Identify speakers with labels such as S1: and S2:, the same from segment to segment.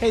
S1: Hey,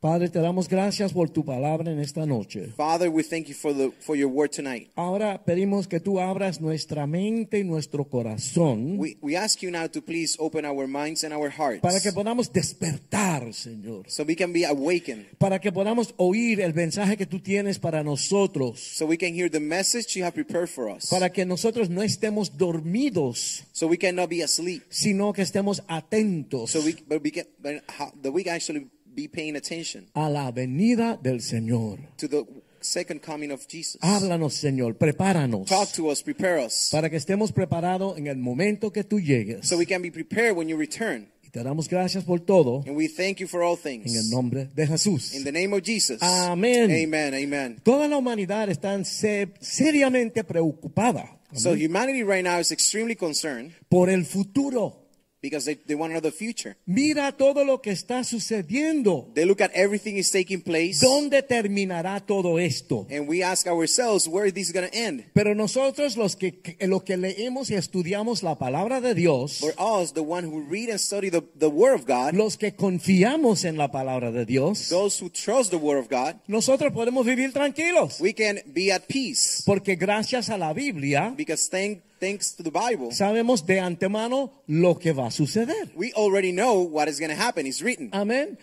S2: Padre, te damos gracias por tu palabra en esta noche.
S3: Father, we thank you for the for your word tonight.
S2: Ahora pedimos que tú abras nuestra mente y nuestro corazón
S3: We we ask you now to please open our minds and our hearts
S2: para que podamos despertar, Señor.
S3: so we can be awakened,
S2: Para que podamos oír el mensaje que tú tienes para nosotros.
S3: so we can hear the message you have prepared for us,
S2: Para que nosotros no estemos dormidos,
S3: so we cannot be asleep,
S2: sino que estemos atentos
S3: so we but we can but how, that we can actually be paying attention
S2: a la venida del Señor.
S3: to the second coming of Jesus.
S2: Háblanos, Señor. Prepáranos
S3: Talk to us, prepare us,
S2: para que estemos preparados en el momento que tú llegues.
S3: so we can be prepared when you return.
S2: Y te damos gracias por todo
S3: And we thank you for all things
S2: en el nombre de Jesús.
S3: in the name of Jesus.
S2: Amén.
S3: Amen. Amen.
S2: Toda la humanidad está se- seriamente preocupada
S3: So humanity right now is extremely concerned
S2: por el futuro.
S3: because they, they want to know the future.
S2: Mira todo lo que está sucediendo.
S3: They look at everything is taking place.
S2: ¿Dónde terminará todo esto?
S3: And we ask ourselves, where is this going to end?
S2: Pero nosotros los que, que- los que leemos y estudiamos la palabra de Dios,
S3: For us, the one who read and study the, the Word of God,
S2: los que confiamos en la palabra de Dios,
S3: those who trust the Word of God,
S2: nosotros podemos vivir tranquilos.
S3: we can be at peace.
S2: Porque gracias a la Biblia
S3: Because thank, thanks to the Bible,
S2: sabemos de antemano lo que va a suceder.
S3: we already know what is going to happen. It's written.
S2: Amén.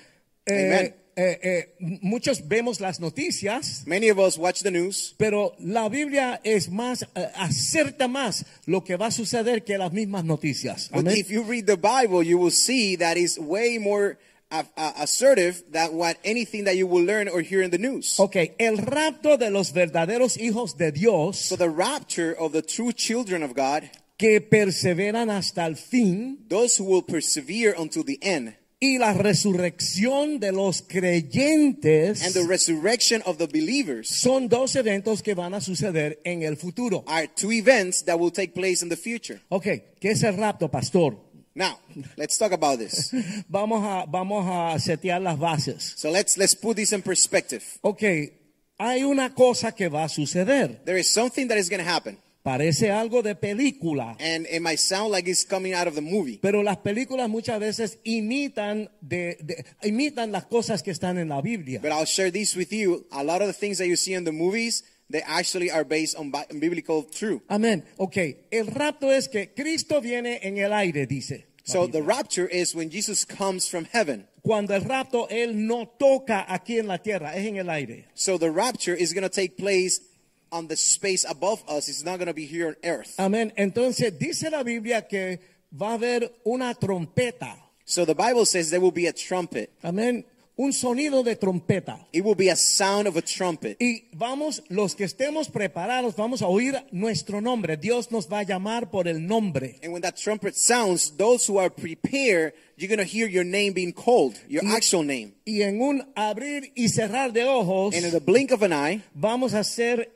S3: Amén.
S2: eh, eh, muchos vemos las noticias,
S3: Many of us watch the news,
S2: pero la Biblia es más, eh, acerta más lo que va a suceder que las mismas noticias.
S3: but
S2: Amén.
S3: if you read the Bible, you will see that it's way more uh, uh, assertive than what anything that you will learn or hear in the news.
S2: Ok, el rapto de los verdaderos hijos de Dios
S3: So the rapture of the true children of God,
S2: que perseveran hasta el fin
S3: those who will persevere until the end,
S2: y la resurrección de los creyentes
S3: and the resurrection of the believers.
S2: son dos eventos que van a suceder en el futuro.
S3: are two events that will take place in the future.
S2: Ok, ¿qué es el rapto, pastor?
S3: Now, let's talk about this.
S2: Vamos a, vamos a setear las bases.
S3: So let's let's put this in perspective.
S2: Ok, hay una cosa que va a suceder.
S3: There is something that is going to happen,
S2: Parece algo de película,
S3: and it might sound like it's coming out of the movie,
S2: pero las películas muchas veces imitan, de, de- imitan las cosas que están en la Biblia.
S3: but I'll share this with you. A lot of the things that you see in the movies, they actually are based on bi- biblical truth.
S2: Amén. Ok, el rapto es que Cristo viene en el aire, dice.
S3: So the rapture is when Jesus comes from heaven.
S2: Cuando el rapto, Él no toca aquí en la tierra, es en el aire.
S3: So the rapture is going to take place on the space above us. It's not going to be here on earth.
S2: Amén. Entonces dice la Biblia que va a haber una trompeta.
S3: So the Bible says there will be a trumpet.
S2: Amén. Un sonido de trompeta.
S3: It will be a sound of a trumpet.
S2: Y vamos, los que estemos preparados, vamos a oír nuestro nombre. Dios nos va a llamar por el nombre.
S3: And when that trumpet sounds, those who are prepared, you're going to hear your name being called, your actual name.
S2: Y en un abrir y cerrar de ojos,
S3: And in the blink of an eye,
S2: vamos a ser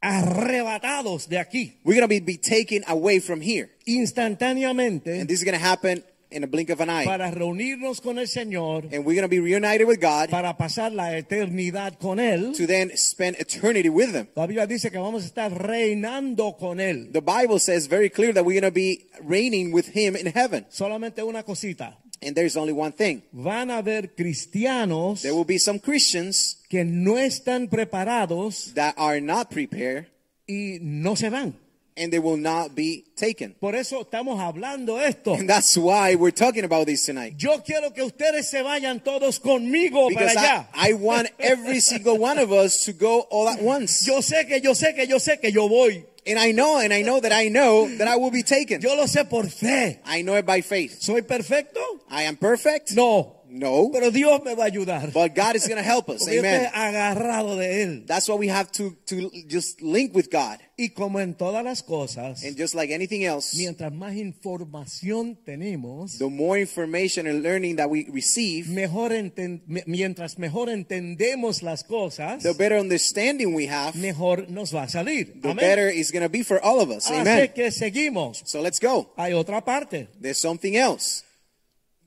S2: arrebatados de aquí.
S3: we're going to be, be taken away from here.
S2: Instantáneamente,
S3: And this is going to happen in a blink of an eye.
S2: para reunirnos con el Señor,
S3: And we're going to be reunited with God
S2: para pasar la eternidad con Él.
S3: to then spend eternity with Him.
S2: La Biblia dice que vamos a estar reinando con Él.
S3: The Bible says very clear that we're going to be reigning with Him in heaven.
S2: Solamente una cosita.
S3: And there's only one thing
S2: Van a haber cristianos
S3: there will be some Christians
S2: que no están preparados
S3: that are not prepared
S2: y no se van.
S3: and they will not be taken.
S2: Por eso estamos hablando esto.
S3: And that's why we're talking about this tonight.
S2: Yo quiero que ustedes se vayan todos conmigo para
S3: Because I,
S2: allá.
S3: I want every single one of us to go all at once.
S2: Yo sé que, yo sé que, yo sé que yo voy.
S3: And I know, and I know that I know that I will be taken.
S2: Yo lo sé por fe.
S3: I know it by faith.
S2: ¿Soy perfecto?
S3: I am perfect?
S2: No.
S3: No.
S2: pero Dios me va a ayudar.
S3: But God is going to help us.
S2: Porque yo estoy
S3: Amen.
S2: agarrado de Él.
S3: That's why we have to, to just link with God.
S2: Y como en todas las cosas,
S3: And just like anything else,
S2: mientras más información tenemos,
S3: the more information and learning that we receive,
S2: mejor enten- me- mientras mejor entendemos las cosas,
S3: the better understanding we have,
S2: mejor nos va a salir.
S3: the
S2: Amén.
S3: better it's going to be for all of us.
S2: Así
S3: Amen.
S2: Ah, que seguimos.
S3: So let's go.
S2: Hay otra parte.
S3: There's something else.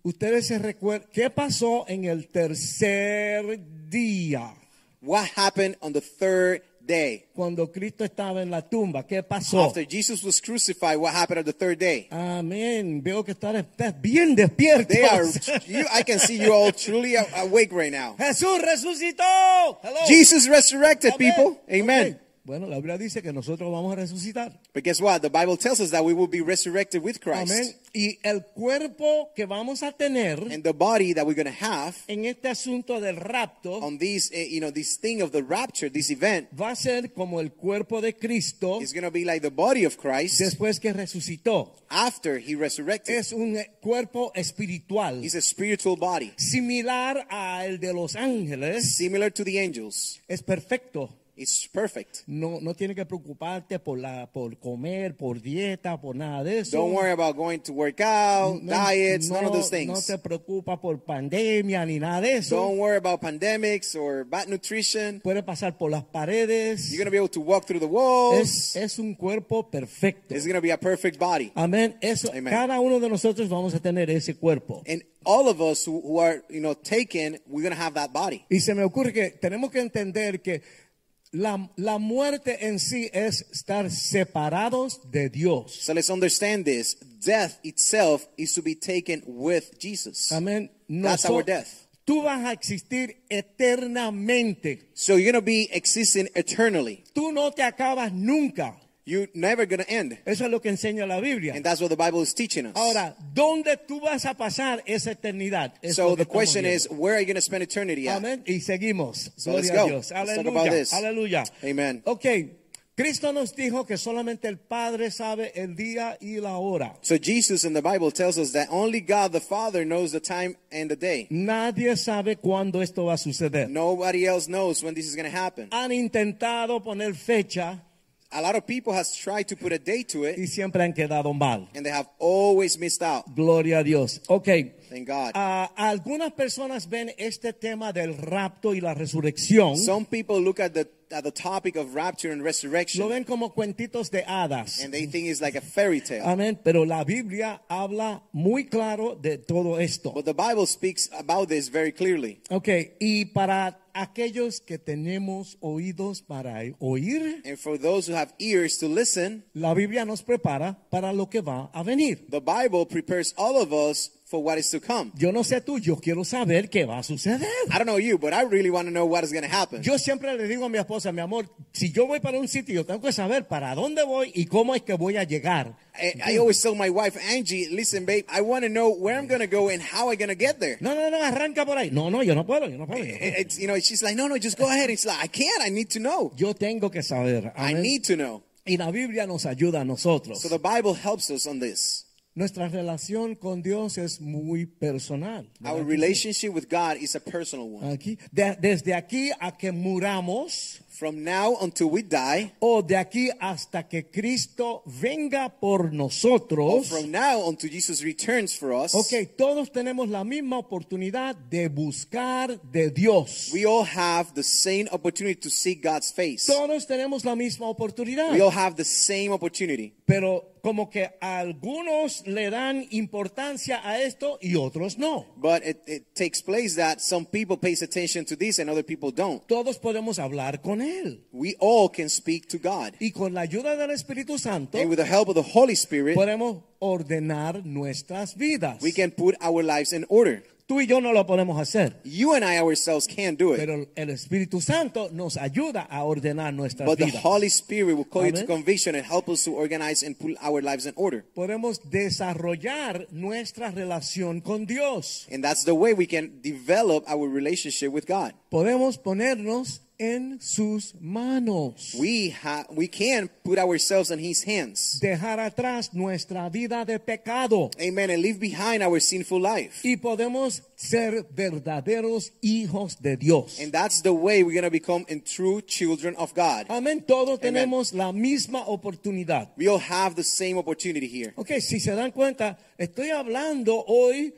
S2: Ustedes se recuerdan qué pasó en el tercer día
S3: What happened on the third day?
S2: cuando Cristo estaba en la tumba. ¿Qué pasó?
S3: After Jesus was crucified, what happened on the third day?
S2: Amén. Veo que están estás bien despiertos.
S3: They are, you, I can see you all truly a- awake right now.
S2: Jesús resucitó. Hello.
S3: Jesus resurrected, people.
S2: Ok.
S3: Amen.
S2: Ok. Bueno, la Biblia dice que nosotros vamos a resucitar.
S3: But guess what? The Bible tells us that we will be resurrected with Christ.
S2: Amén. Y el cuerpo que vamos a tener
S3: And the body that we're going to have
S2: en este asunto del rapto
S3: on these, eh, you know, this thing of the rapture, this event,
S2: va a ser como el cuerpo de Cristo
S3: is going to be like the body of Christ
S2: después que resucitó.
S3: after he resurrected.
S2: Es un eh, cuerpo espiritual
S3: It's a spiritual body,
S2: similar al de los ángeles.
S3: similar to the angels.
S2: Es perfecto.
S3: It's perfect.
S2: No, no tiene que preocuparte por la, por comer, por dieta, por nada de eso.
S3: Don't worry about going to work out, diets,
S2: no-
S3: none of those
S2: No
S3: things.
S2: te preocupa por pandemia ni nada de eso.
S3: Don't worry about pandemics or bad nutrition.
S2: Puede pasar por las paredes.
S3: You're going to be able to walk through the walls.
S2: Es, es un cuerpo perfecto.
S3: It's going to be a perfect body.
S2: Amén. Eso,
S3: Amen.
S2: cada uno de nosotros vamos a tener ese cuerpo.
S3: And all of us who, who are, you know, taken, we're going to have that body.
S2: Y se me ocurre que tenemos que entender que la, la muerte en sí es estar separados de Dios.
S3: So let's understand this. Death itself is to be taken with Jesus.
S2: Amén.
S3: That's our
S2: Noso-
S3: death.
S2: Tú vas a existir eternamente.
S3: So you're going to be existing eternally.
S2: Tú no te acabas nunca.
S3: You're never going to end.
S2: Eso es lo que enseña la Biblia.
S3: And that's what the Bible is teaching us.
S2: Ahora, ¿dónde tú vas a pasar esa eternidad? Es
S3: so
S2: lo que
S3: the question is,
S2: estamos
S3: where are you going to spend eternity at?
S2: Amén. Y seguimos.
S3: So
S2: Gloria
S3: let's
S2: a
S3: go. Let's
S2: Dios.
S3: talk
S2: Aleluya.
S3: about this.
S2: Aleluya.
S3: Amen.
S2: Ok. Cristo nos dijo que solamente el Padre sabe el día y la hora.
S3: So Jesus in the Bible tells us that only God the Father knows the time and the day.
S2: Nadie sabe cuándo esto va a suceder.
S3: Nobody else knows when this is going to happen.
S2: Han intentado poner fecha
S3: A lot of people has tried to put a date to
S2: y
S3: it
S2: siempre han quedado mal.
S3: and they have always missed out.
S2: Gloria a Dios. Ok.
S3: Thank God.
S2: Ah, algunas personas ven este tema del rapto y la resurrección.
S3: Some people look at the at the topic of rapture and resurrection
S2: lo ven como cuentitos de hadas.
S3: and they think it's like a fairy tale.
S2: Amén. Pero la Biblia habla muy claro de todo esto.
S3: But the Bible speaks about this very clearly.
S2: Ok, y para aquellos que tenemos oídos para oír,
S3: And for those who have ears to listen,
S2: la Biblia nos prepara para lo que va a venir.
S3: the Bible prepares all of us for what is to come.
S2: Yo no sé tú, yo quiero saber qué va a suceder.
S3: I don't know you, but I really want to know what is going to happen.
S2: Yo siempre le digo a mi esposa, mi amor, si yo voy para un sitio, yo tengo que saber para dónde voy y cómo es que voy a llegar.
S3: I, I always tell my wife, Angie, listen, babe, I want to know where I'm going to go and how I'm going to get there.
S2: No, no, no, arranca por ahí. No, no, yo no puedo, yo no puedo. yo no puedo.
S3: It's, you know, she's like, no, no, just go ahead. It's like, I can't. I need to know.
S2: Yo tengo que saber.
S3: I
S2: Amén.
S3: need to know.
S2: Y la Biblia nos ayuda a nosotros.
S3: So the Bible helps us on this.
S2: Nuestra relación con Dios es muy personal.
S3: Our
S2: ¿verdad?
S3: relationship with God is a personal one.
S2: Aquí, de- desde aquí a que muramos
S3: From now until we die,
S2: o de aquí hasta que Cristo venga por
S3: or
S2: nosotros.
S3: from now until Jesus returns for us,
S2: Ok, todos tenemos la misma oportunidad de buscar de Dios.
S3: we all have the same opportunity to see God's face.
S2: Todos tenemos la misma oportunidad.
S3: We all have the same opportunity.
S2: Pero como que a algunos le dan importancia a esto y otros no.
S3: But it, it takes place that some people pays attention to this and other people don't.
S2: Todos podemos hablar con Él.
S3: We all can speak to God.
S2: Y con la ayuda del Espíritu Santo
S3: And with the help of the Holy Spirit,
S2: podemos ordenar nuestras vidas.
S3: we can put our lives in order.
S2: Tú y yo no lo podemos hacer.
S3: You and I ourselves can't do it.
S2: Pero el Espíritu Santo nos ayuda a ordenar nuestras
S3: But the
S2: vidas.
S3: Holy Spirit will call you to
S2: Amen.
S3: conviction and help us to organize and put our lives in order.
S2: Podemos desarrollar nuestra relación con Dios.
S3: And that's the way we can develop our relationship with God.
S2: Podemos ponernos en sus manos.
S3: We ha- we can put ourselves in His hands.
S2: Dejar atrás nuestra vida de pecado.
S3: Amen. And leave behind our sinful life.
S2: Y podemos ser verdaderos hijos de Dios.
S3: And that's the way we're gonna become in true children of God.
S2: Amén. Todos tenemos la misma oportunidad.
S3: We all have the same opportunity here.
S2: Ok, si se dan cuenta, estoy hablando hoy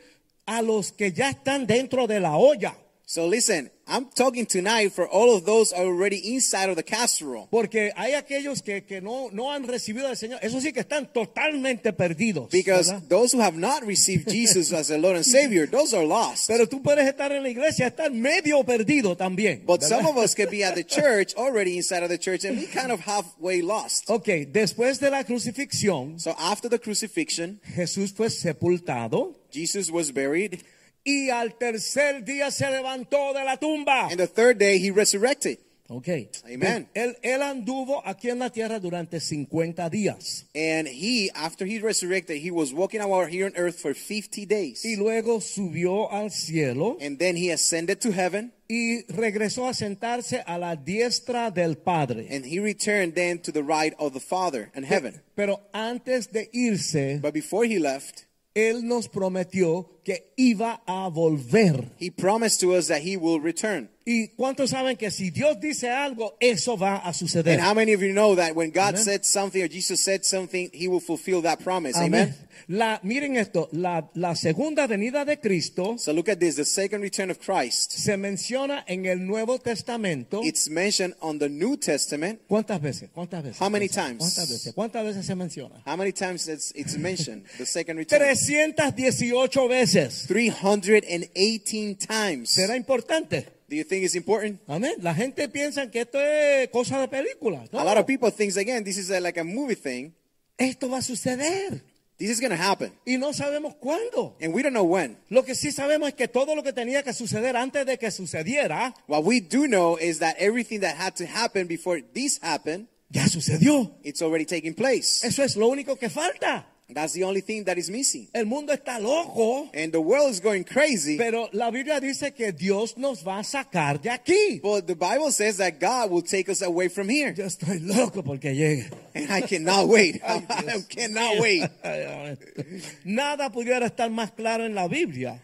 S2: a los que ya están dentro de la olla.
S3: So listen, I'm talking tonight for all of those already inside of the casserole.
S2: Porque hay aquellos que, que no, no han recibido al Señor. Eso sí que están totalmente perdidos.
S3: Because
S2: ¿verdad?
S3: those who have not received Jesus as their Lord and Savior, those are lost.
S2: Pero tú puedes estar en la iglesia, estar medio perdido también.
S3: but
S2: ¿verdad?
S3: some of us could be at the church, already inside of the church, and we kind of halfway lost.
S2: Ok, después de la crucifixión,
S3: So after the crucifixion,
S2: Jesús fue sepultado
S3: Jesus was buried,
S2: y al tercer día se levantó de la tumba.
S3: and the third day he resurrected.
S2: Ok.
S3: Amen.
S2: Él, él anduvo aquí en la tierra durante 50 días.
S3: And he, after he resurrected, he was walking around here on earth for 50 days.
S2: Y luego subió al cielo
S3: And then he ascended to heaven,
S2: y regresó a sentarse a la diestra del Padre. Eh,
S3: and he returned then to the right of the Father in heaven.
S2: Pero antes de irse,
S3: But before he left,
S2: Él nos prometió que iba a volver.
S3: he promised to us that he will return.
S2: ¿Y cuántos saben que si Dios dice algo, eso va a suceder?
S3: And how many of you know that when God
S2: Amen.
S3: said something or Jesus said something, he will fulfill that promise? Amen.
S2: Amén. La, miren esto, la, la segunda venida de Cristo
S3: So look at this the second return of Christ.
S2: se menciona en el Nuevo Testamento.
S3: It's mentioned on the New Testament.
S2: ¿Cuántas veces? ¿Cuántas veces?
S3: How many
S2: ¿Cuántas-
S3: times?
S2: ¿Cuántas veces? ¿Cuántas veces se menciona?
S3: How many times it's, it's mentioned? The second return.
S2: 318 veces.
S3: 318 times.
S2: Será importante.
S3: Do you think it's important?
S2: Amén. La gente piensa que esto es cosa de película. No,
S3: A lot of people thinks again, this is a, like a movie thing.
S2: esto va a suceder.
S3: This is going to happen.
S2: Y no sabemos cuándo.
S3: And we don't know when.
S2: Lo que sí sabemos es que todo lo que tenía que suceder antes de que sucediera,
S3: What we do know is that everything that had to happen before this happened,
S2: ya sucedió.
S3: it's already taking place.
S2: Eso es lo único que falta.
S3: That's the only thing that is missing.
S2: El mundo está loco.
S3: And the world is going crazy.
S2: Pero la Biblia dice que Dios nos va a sacar de aquí.
S3: But the Bible says that God will take us away from here.
S2: Yo estoy loco porque llegue.
S3: And I cannot wait. I cannot wait.
S2: Nada pudiera estar más claro en la Biblia.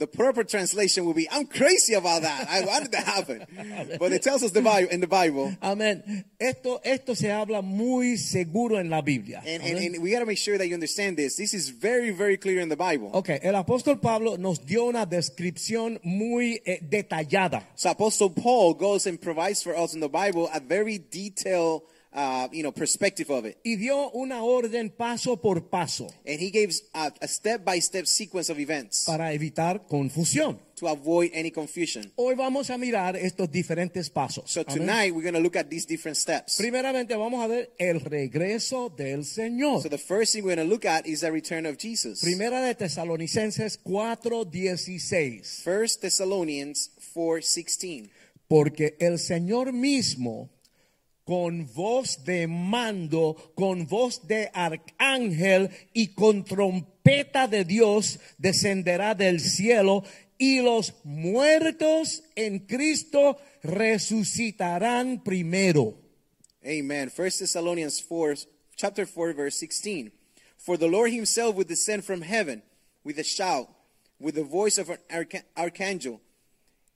S3: The proper translation will be, I'm crazy about that. I wanted that to happen. But it tells us the Bible in the Bible.
S2: Amén. Esto, esto se habla muy seguro en la Biblia.
S3: And,
S2: Amén.
S3: and, and we got to make sure that you understand this. This is very, very clear in the Bible.
S2: Ok, el apóstol Pablo nos dio una descripción muy eh, detallada.
S3: So Apostle Paul goes and provides for us in the Bible a very detailed, uh, you know, perspective of it.
S2: Y dio una orden paso por paso
S3: And he gives a, a step-by-step sequence of events
S2: para evitar confusión.
S3: to avoid any confusion.
S2: Hoy vamos a mirar estos diferentes pasos.
S3: So
S2: Amén.
S3: tonight we're going to look at these different steps.
S2: Primeramente vamos a ver el regreso del Señor.
S3: So the first thing we're going to look at is the return of Jesus.
S2: Primera de Tesalonicenses 4:16.
S3: First Thessalonians 4:16.
S2: Porque el Señor mismo, con voz de mando, con voz de arcángel y con trompeta de Dios, descenderá del cielo y los muertos en Cristo resucitarán primero.
S3: Amen. First Thessalonians 4 chapter 4 verse 16. For the Lord himself will descend from heaven with a shout, with the voice of an archa- archangel,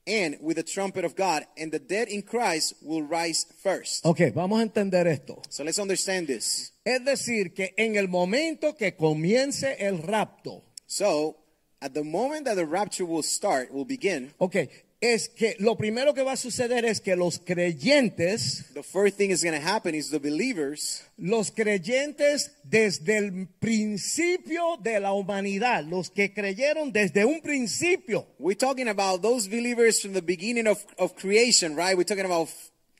S3: and with the trumpet of God, and the dead in Christ will rise first.
S2: Ok, vamos a entender esto.
S3: So let's understand this.
S2: Es decir, que en el momento que comience el rapto,
S3: So, at the moment that the rapture will start, will begin,
S2: Ok, es que lo primero que va a suceder es que los creyentes,
S3: the first thing is going to happen is the believers
S2: los creyentes desde el principio de la humanidad, los que creyeron desde un principio,
S3: We're talking about those believers from the beginning of, of creation, right? We're talking about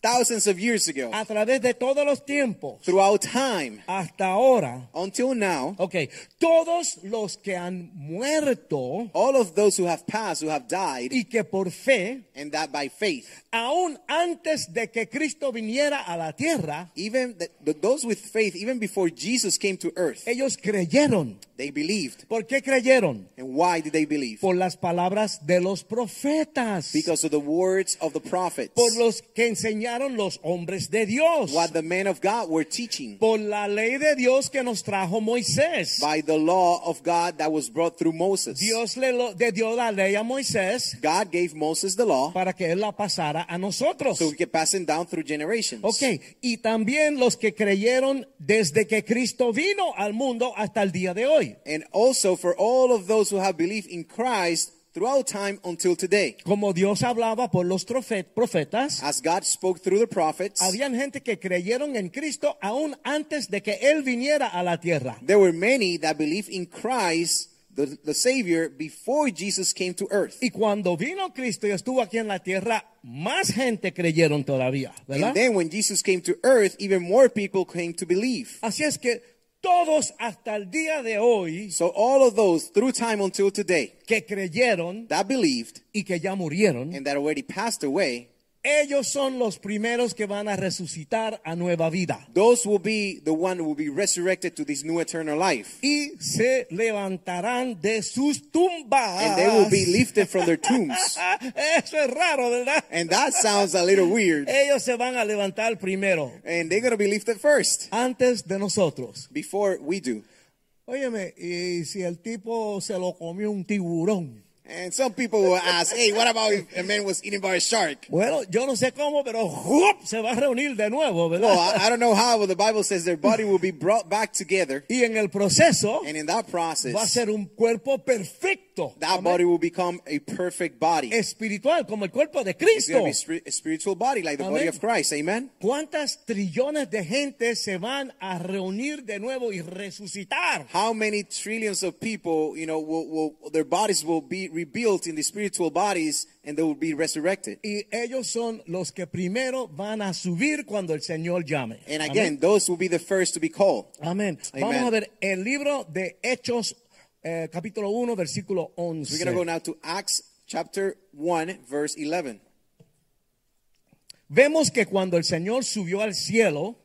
S3: thousands of years ago,
S2: a través de todos los tiempos
S3: throughout time,
S2: hasta ahora.
S3: until now,
S2: Ok, todos los que han muerto
S3: all of those who have passed, who have died,
S2: y que por fe,
S3: and that by faith,
S2: aún antes de que Cristo viniera a la tierra,
S3: even the, the, those with faith, even before Jesus came to earth,
S2: ellos creyeron.
S3: they believed.
S2: ¿Por qué creyeron?
S3: And why did they believe?
S2: Por las palabras de los profetas.
S3: Because of the words of the prophets,
S2: por los que enseñaron los hombres de Dios.
S3: what the men of God were teaching,
S2: por la ley de Dios que nos trajo Moisés.
S3: by the law of God that was brought through Moses.
S2: Dios le lo- le dio la ley a Moisés
S3: God gave Moses the law
S2: para que él la pasara a nosotros.
S3: so we could pass it down through generations.
S2: Ok, y también los que creyeron desde que Cristo vino al mundo hasta el día de hoy.
S3: And also for all of those who have believed in Christ throughout time until today.
S2: Como Dios hablaba por los trofe- profetas,
S3: As God spoke through the prophets,
S2: habían gente que creyeron en Cristo aún antes de que Él viniera a la tierra.
S3: there were many that believed in Christ, the, the Savior, before Jesus came to earth.
S2: Y cuando vino Cristo y estuvo aquí en la tierra, más gente creyeron todavía, ¿verdad?
S3: And then when Jesus came to earth, even more people came to believe.
S2: Así es que todos hasta el día de hoy
S3: So all of those through time until today
S2: que creyeron
S3: that believed
S2: y que ya murieron,
S3: and that already passed away,
S2: ellos son los primeros que van a resucitar a nueva vida.
S3: those will be the one who will be resurrected to this new eternal life.
S2: Y se levantarán de sus tumbas.
S3: And they will be lifted from their tombs.
S2: Eso es raro, ¿verdad?
S3: And that sounds a little weird.
S2: Ellos se van a levantar primero,
S3: And they're going to be lifted first
S2: antes de nosotros.
S3: before we do.
S2: Óyeme, y si el tipo se lo comió un tiburón.
S3: And some people will ask, hey, what about if a man was eaten by a shark?
S2: Bueno, yo no sé cómo, pero ¡jup! se va a reunir de nuevo, ¿verdad?
S3: Well, I, I don't know how, but the Bible says their body will be brought back together.
S2: y en el proceso
S3: And in that
S2: va a
S3: process,
S2: ser un cuerpo perfecto,
S3: that body will become a perfect body.
S2: espiritual, como el cuerpo de
S3: It's going to
S2: Cristo.
S3: be spri- a spiritual body like the body
S2: Amén.
S3: of Christ. Amen?
S2: ¿Cuántas trillones de gente se van a reunir de nuevo y resucitar?
S3: How many trillions of people, you know, will, will their bodies will be rebuilt in the spiritual bodies and they will be resurrected.
S2: Y ellos son los que primero van a subir cuando el Señor llame.
S3: And
S2: Amén.
S3: again, those will be the first to be called.
S2: Amén. Vamos
S3: Amen.
S2: a ver el libro de Hechos, eh, capítulo 1, versículo 11.
S3: We're going to go now to Acts chapter 1, verse 11.
S2: Vemos que cuando el Señor subió al cielo,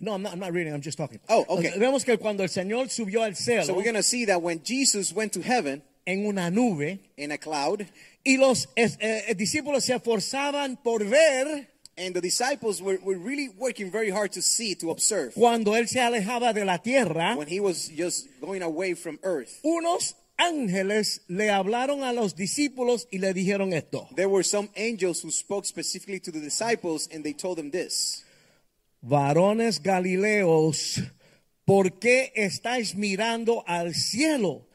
S2: no, I'm not, I'm not reading, I'm just talking.
S3: Oh, okay.
S2: Vemos que cuando el Señor subió al cielo
S3: So we're going to see that when Jesus went to heaven
S2: en una nube
S3: in a cloud,
S2: y los es- eh, eh, discípulos se esforzaban por ver
S3: and the disciples were, were really working very hard to see, to observe,
S2: cuando él se alejaba de la tierra,
S3: when he was just going away from earth,
S2: unos ángeles le hablaron a los discípulos y le dijeron esto:
S3: there were some angels who spoke specifically to the disciples and they told them this
S2: Varones Galileos, ¿por qué estáis mirando al cielo?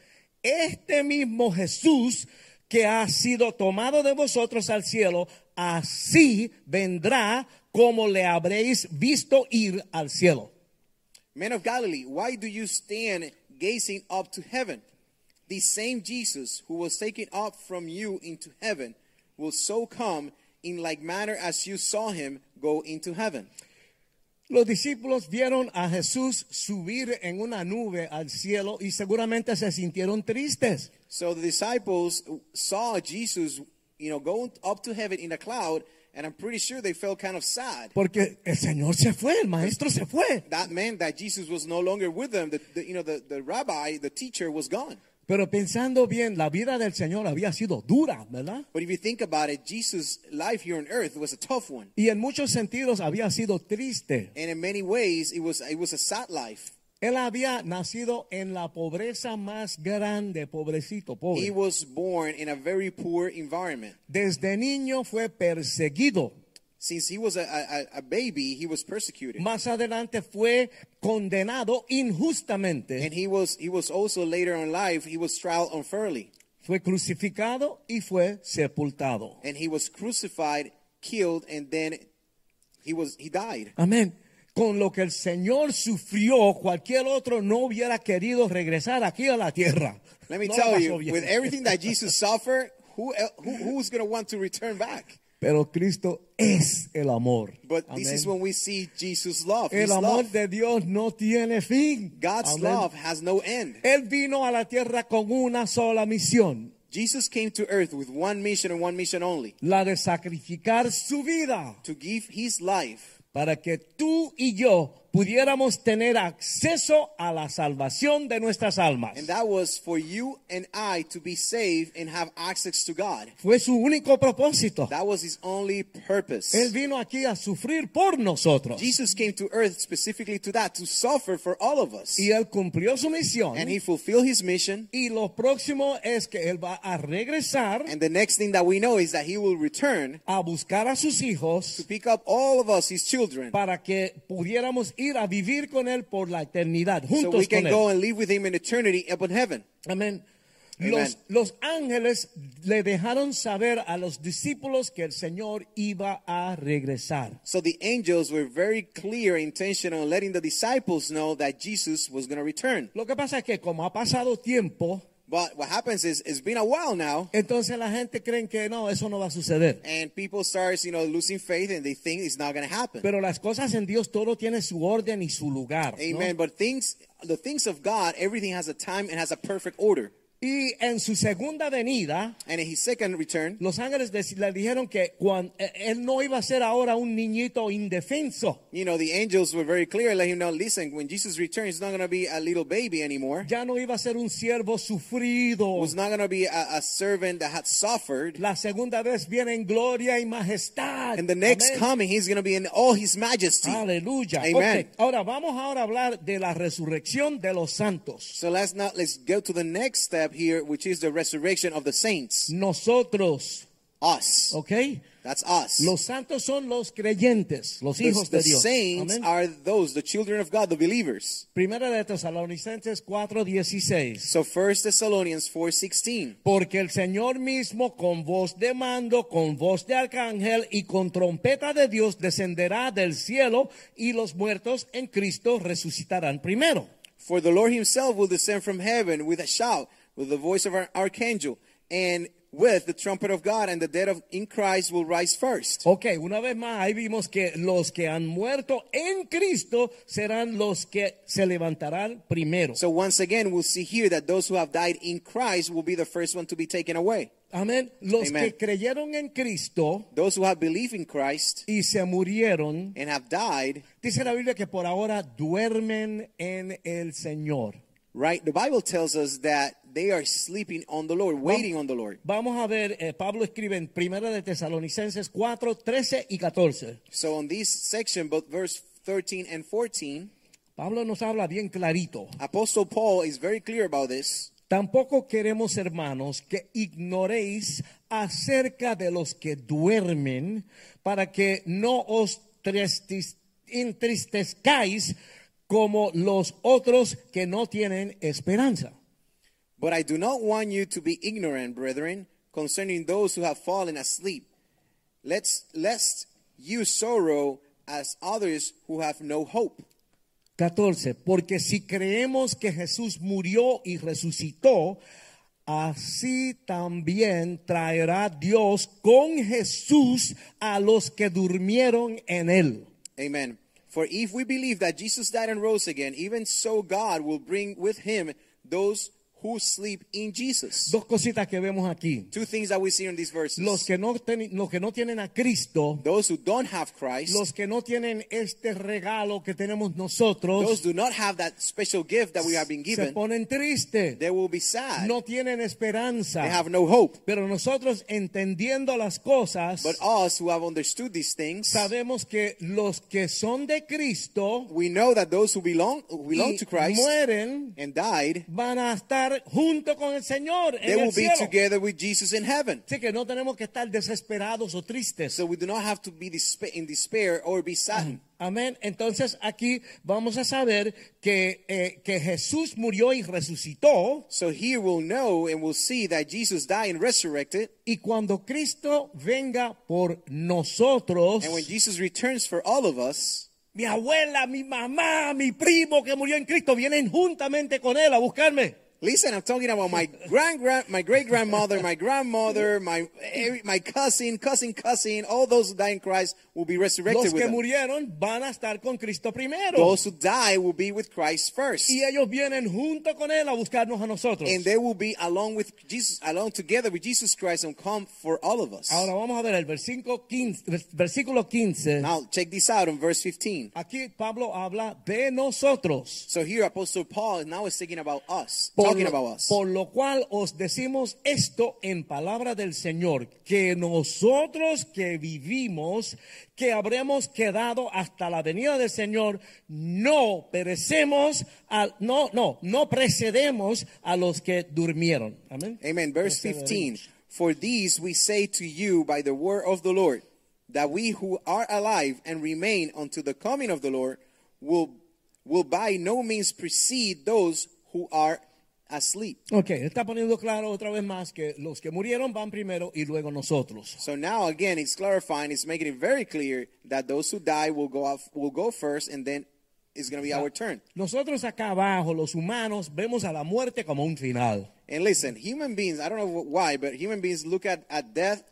S2: Este mismo Jesús que ha sido tomado de vosotros al cielo, así vendrá como le habréis visto ir al cielo.
S3: Men of Galilee, why do you stand gazing up to heaven? The same Jesus who was taken up from you into heaven will so come in like manner as you saw him go into heaven.
S2: Los discípulos vieron a Jesús subir en una nube al cielo y seguramente se sintieron tristes.
S3: So the disciples saw Jesus, you know, going up to heaven in a cloud, and I'm pretty sure they felt kind of sad.
S2: Porque el Señor se fue, el Maestro se fue.
S3: That meant that Jesus was no longer with them. The, the, you know, the, the rabbi, the teacher, was gone.
S2: Pero pensando bien, la vida del Señor había sido dura, ¿verdad?
S3: But if you think about it, Jesus' life here on earth was a tough one,
S2: Y en muchos sentidos había sido triste.
S3: and in many ways, it was it was a sad life.
S2: Él había nacido en la pobreza más grande, pobrecito,
S3: He
S2: pobre.
S3: was born in a very poor environment.
S2: Desde niño fue perseguido.
S3: Since he was a, a, a baby, he was persecuted,
S2: Más adelante fue condenado
S3: and
S2: injustamente.
S3: he was he was also later on life he was trial unfairly,
S2: Fue crucificado y fue sepultado.
S3: and he was crucified, killed, and then he was he died.
S2: Amén. Con lo que el Señor sufrió, cualquier otro no hubiera querido regresar aquí a la tierra.
S3: Let me
S2: No la
S3: tell
S2: pasó
S3: you,
S2: bien.
S3: with everything that Jesus suffered, who el- who who's gonna want to return back?
S2: Pero Cristo es el amor.
S3: But this
S2: Amén.
S3: is when we see Jesus' love. His
S2: El amor
S3: love.
S2: de Dios no tiene fin.
S3: God's
S2: Amén.
S3: love has no end.
S2: Él vino a la tierra con una sola misión,
S3: Jesus came to earth with one mission and one mission only
S2: la de sacrificar su vida
S3: to give his life
S2: para que tú y yo pudiéramos tener acceso a la salvación de nuestras almas.
S3: And that was for you and I to be saved and have access to God.
S2: Fue su único propósito.
S3: That was his only purpose.
S2: Él vino aquí a sufrir por nosotros.
S3: Jesus came to earth specifically to that, to suffer for all of us.
S2: Y él cumplió su misión.
S3: And he fulfilled his mission.
S2: Y lo próximo es que él va a regresar
S3: And the next thing that we know is that he will return
S2: a buscar a sus
S3: to
S2: hijos
S3: pick up all of us, his children,
S2: para que pudiéramos ir a vivir con él por la eternidad,
S3: so we
S2: juntos
S3: can
S2: con
S3: go
S2: él.
S3: and live with him in eternity up in heaven.
S2: Amén.
S3: Amen.
S2: Los, los ángeles le dejaron saber a los discípulos que el Señor iba a regresar.
S3: So the angels were very clear and intentional in letting the disciples know that Jesus was going to return.
S2: Lo que pasa es que como ha pasado tiempo,
S3: But what happens is it's been a while now,
S2: entonces la gente cree que no, eso no va a suceder.
S3: and people start, you know, losing faith, and they think it's not going to happen.
S2: Pero las cosas en Dios todo tiene su orden y su lugar. ¿no?
S3: Amen. But things, the things of God, everything has a time and has a perfect order.
S2: Y en su segunda venida,
S3: And in His second return,
S2: los ángeles dec- le dijeron que cuan- eh, él no iba a ser ahora un niñito indefenso.
S3: you know, the angels were very clear, let Him know, listen, when Jesus returns, it's not going to be a little baby anymore.
S2: Ya no iba a ser un siervo sufrido.
S3: It's not going to be a, a servant that had suffered.
S2: La segunda vez viene en gloria y majestad.
S3: And the next
S2: Amén.
S3: coming, He's going to be in all His majesty.
S2: Aleluya.
S3: Amen.
S2: Ok, Ahora vamos ahora a hablar de la resurrección de los santos.
S3: So let's not let's go to the next step here, which is the resurrection of the saints.
S2: Nosotros,
S3: Us.
S2: ¿ok?
S3: That's us.
S2: Los santos son los creyentes, los
S3: the,
S2: hijos
S3: the
S2: de Dios.
S3: saints
S2: Amén.
S3: are those, the children of God, the believers.
S2: Primera de Tesalonicenses 4:16.
S3: So First Thessalonians four sixteen.
S2: Porque el Señor mismo con voz de mando, con voz de arcángel y con trompeta de Dios descenderá del cielo y los muertos en Cristo resucitarán primero.
S3: For the Lord himself will descend from heaven with a shout, with the voice of an archangel, and with the trumpet of God, and the dead of, in Christ will rise first.
S2: Ok, una vez más ahí vimos que los que han muerto en Cristo serán los que se levantarán primero.
S3: So once again, we'll see here that those who have died in Christ will be the first one to be taken away.
S2: Amén. Los
S3: Amen.
S2: que creyeron en Cristo
S3: Those who have believed in Christ
S2: y se murieron,
S3: and have died,
S2: dice la Biblia que por ahora duermen en el Señor.
S3: right? The Bible tells us that they are sleeping on the Lord, waiting on the Lord.
S2: Vamos a ver, eh, Pablo escribe en Primera de Tesalonicenses 4, 13 y 14.
S3: So on this section, both verse 13 and 14,
S2: Pablo nos habla bien clarito.
S3: Apostle Paul is very clear about this.
S2: Tampoco queremos, hermanos, que ignoréis acerca de los que duermen para que no os tristis- entristezcáis como los otros que no tienen esperanza.
S3: But I do not want you to be ignorant, brethren, concerning those who have fallen asleep. Let's lest you sorrow as others who have no hope.
S2: 14. Porque si creemos que Jesús murió y resucitó, así también traerá Dios con Jesús a los que durmieron en él.
S3: Amen. For if we believe that Jesus died and rose again, even so God will bring with him those who sleep in Jesus.
S2: Dos cositas que vemos aquí.
S3: Two things that we see in these verses.
S2: Los que no, teni- los que no tienen a Cristo,
S3: those who don't have Christ,
S2: los que no tienen este regalo que tenemos
S3: those
S2: nosotros,
S3: do not have that special gift that we have been
S2: se
S3: given,
S2: ponen tristes,
S3: they will be sad.
S2: no tienen esperanza.
S3: They have no hope.
S2: Pero nosotros entendiendo las cosas,
S3: But us who have understood these things,
S2: Sabemos que los que son de Cristo
S3: we know that those who belong who belong
S2: y
S3: to Christ
S2: mueren
S3: and died,
S2: van a estar junto con el Señor
S3: they
S2: en
S3: will
S2: el
S3: be
S2: cielo.
S3: together with Jesus in heaven.
S2: Así que no tenemos que estar desesperados o tristes.
S3: So we do not have to be despa- in despair or be saddened.
S2: Amén. Entonces aquí vamos a saber que, eh, que Jesús murió y resucitó.
S3: So here we'll know and we'll see that Jesus died and resurrected.
S2: Y cuando Cristo venga por nosotros,
S3: And when Jesus returns for all of us,
S2: mi abuela, mi mamá, mi primo que murió en Cristo vienen juntamente con él a buscarme.
S3: Listen, I'm talking about my grand, grand my great grandmother, my grandmother, my every- my cousin, cousin, cousin. All those who die in Christ will be resurrected
S2: Los
S3: with
S2: que
S3: him.
S2: murieron van a estar con Cristo primero.
S3: Those who die will be with Christ first,
S2: Y ellos vienen junto con Él a buscarnos a nosotros.
S3: and they will be along with Jesus, along together with Jesus Christ, and come for all of us.
S2: Ahora vamos a ver el versículo 15. vers- Versículo 15.
S3: Now check this out on verse 15.
S2: Aquí Pablo habla de nosotros.
S3: So here, Apostle Paul now is thinking about us,
S2: Por,
S3: talking
S2: lo-
S3: about us.
S2: por lo cual os decimos esto en palabra del Señor, que nosotros que vivimos, que habremos quedado hasta la venida del Señor, no perecemos, al, no, no, no precedemos a los que durmieron. Amén.
S3: Amen. Verse
S2: Yes, I will
S3: 15.
S2: reach.
S3: For these we say to you by the word of the Lord, that we who are alive and remain unto the coming of the Lord will will by no means precede those who are asleep.
S2: Ok, está poniendo claro otra vez más que los que murieron van primero y luego nosotros.
S3: So now again it's clarifying, it's making it very clear that those who die will go off will go first and then it's gonna be our turn.
S2: Nosotros acá abajo, los humanos, vemos a la muerte como un final.
S3: And listen, human beings, I don't know wh- why, but human beings look at, at death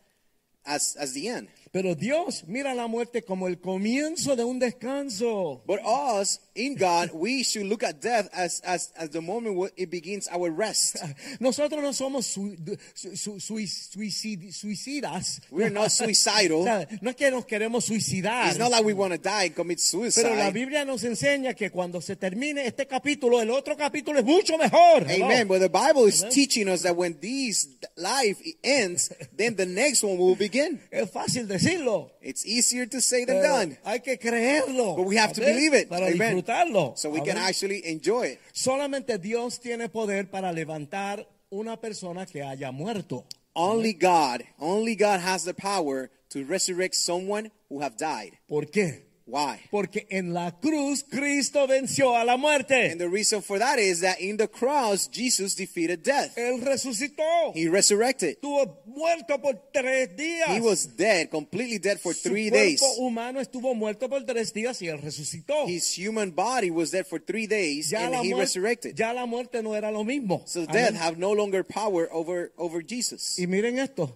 S3: as as the end.
S2: Pero Dios mira la muerte como el comienzo de un descanso.
S3: But us in God, we should look at death as as as the moment where it begins our rest.
S2: Nosotros no somos su- su- su- sui- suicid- suicidas.
S3: We're not
S2: O
S3: suicidal.
S2: sea, no es que nos queremos suicidar.
S3: It's not like we want to die and commit
S2: Pero la
S3: suicide.
S2: Biblia nos enseña que cuando se termine este capítulo, el otro capítulo es mucho mejor. Hello.
S3: Amen. But the Bible is teaching us that when these life ends, then the next one will begin.
S2: Es fácil decirlo.
S3: It's easier to say than
S2: pero
S3: done.
S2: Hay que creerlo.
S3: But we have to
S2: Amén.
S3: believe it.
S2: Para
S3: Amen.
S2: disfrutarlo.
S3: So we
S2: Amén.
S3: can actually enjoy it.
S2: Solamente Dios tiene poder para levantar una persona que haya muerto.
S3: Only God, only God has the power to resurrect someone who have died.
S2: ¿Por qué?
S3: Why?
S2: Porque en la cruz Cristo venció a la muerte.
S3: And the reason for that is that in the cross, Jesus defeated death.
S2: Él resucitó.
S3: He resurrected.
S2: Estuvo muerto por tres días.
S3: He was dead, completely dead for
S2: Su
S3: three
S2: cuerpo
S3: days.
S2: humano estuvo muerto por tres días y él resucitó.
S3: His human body was dead for three days,
S2: ya,
S3: and
S2: la
S3: he
S2: muer-
S3: resurrected.
S2: ya la muerte no era lo mismo.
S3: so
S2: Amén.
S3: death have no longer power over over Jesus.
S2: Y Ah. miren esto.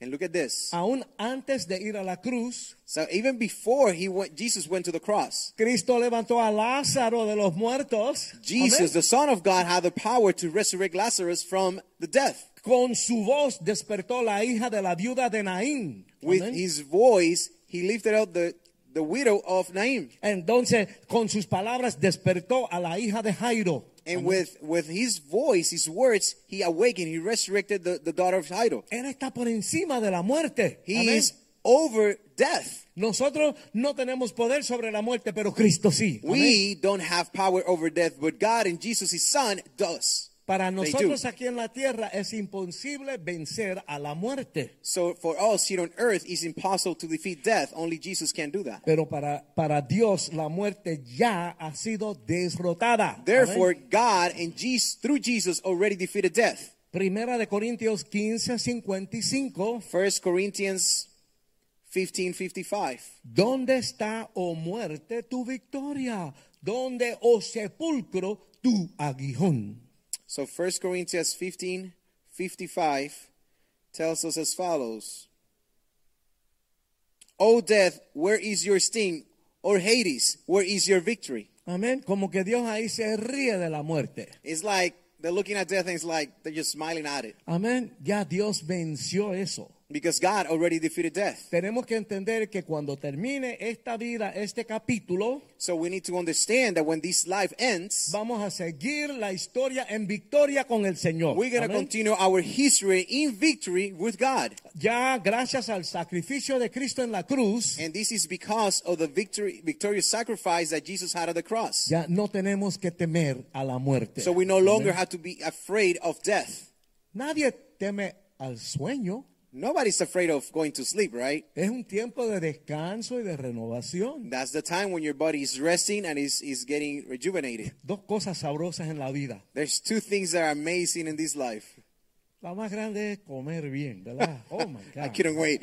S3: And look at this.
S2: Aún antes de ir a la cruz,
S3: So even before he went, Jesus went to the cross.
S2: Cristo levantó a Lázaro de los muertos.
S3: Jesus,
S2: Amén.
S3: the Son of God, had the power to resurrect Lazarus from the death.
S2: Con su voz despertó la hija de la viuda de Naín.
S3: With
S2: Amén.
S3: his voice, he lifted up the the widow of Naim,
S2: Entonces, con sus palabras despertó a la hija de Jairo.
S3: and with with his voice, his words, he awakened, he resurrected the, the daughter of Jairo.
S2: Él está por encima de la muerte.
S3: He
S2: Amén.
S3: is over death.
S2: Nosotros no tenemos poder sobre la muerte, pero Cristo sí. Amén.
S3: We don't have power over death, but God and Jesus, His Son, does.
S2: Para
S3: They
S2: nosotros
S3: do.
S2: aquí en la tierra es imposible vencer a la muerte.
S3: So for us here on earth, it's impossible to defeat death. Only Jesus can do that.
S2: Pero para, para Dios la muerte ya ha sido derrotada.
S3: Therefore,
S2: Amén.
S3: God and Jesus, through Jesus, already defeated death.
S2: Primera de Corintios 15, 55.
S3: First Corinthians 15, 55.
S2: ¿Dónde está, oh muerte, tu victoria? ¿Dónde, oh sepulcro, tu aguijón?
S3: So First Corinthians 15, 55 tells us as follows. O death, where is your sting? Or Hades, where is your victory?
S2: Amén. Como que Dios ahí se ríe de la muerte.
S3: It's like they're looking at death and it's like they're just smiling at it
S2: Amén. Ya Dios venció eso.
S3: because God already defeated death.
S2: Tenemos que entender que cuando termine esta vida, este capítulo,
S3: So we need to understand that when this life ends,
S2: vamos a seguir la historia en victoria con el Señor.
S3: we're going to
S2: Amén.
S3: continue our history in victory with God.
S2: Ya gracias al sacrificio de Cristo en la cruz,
S3: And this is because of the victory, victorious sacrifice that Jesus had on the cross.
S2: ya no tenemos que temer a la muerte.
S3: So we no longer have to be afraid of death.
S2: Nadie teme al sueño.
S3: Nobody's afraid of going to sleep, right?
S2: Es un tiempo de descanso y de renovación.
S3: That's the time when your body is resting and is, is getting rejuvenated.
S2: Dos cosas sabrosas en la vida.
S3: There's two things that are amazing in this life
S2: La más grande es comer bien, ¿verdad? Oh my God. Oh.
S3: I couldn't wait.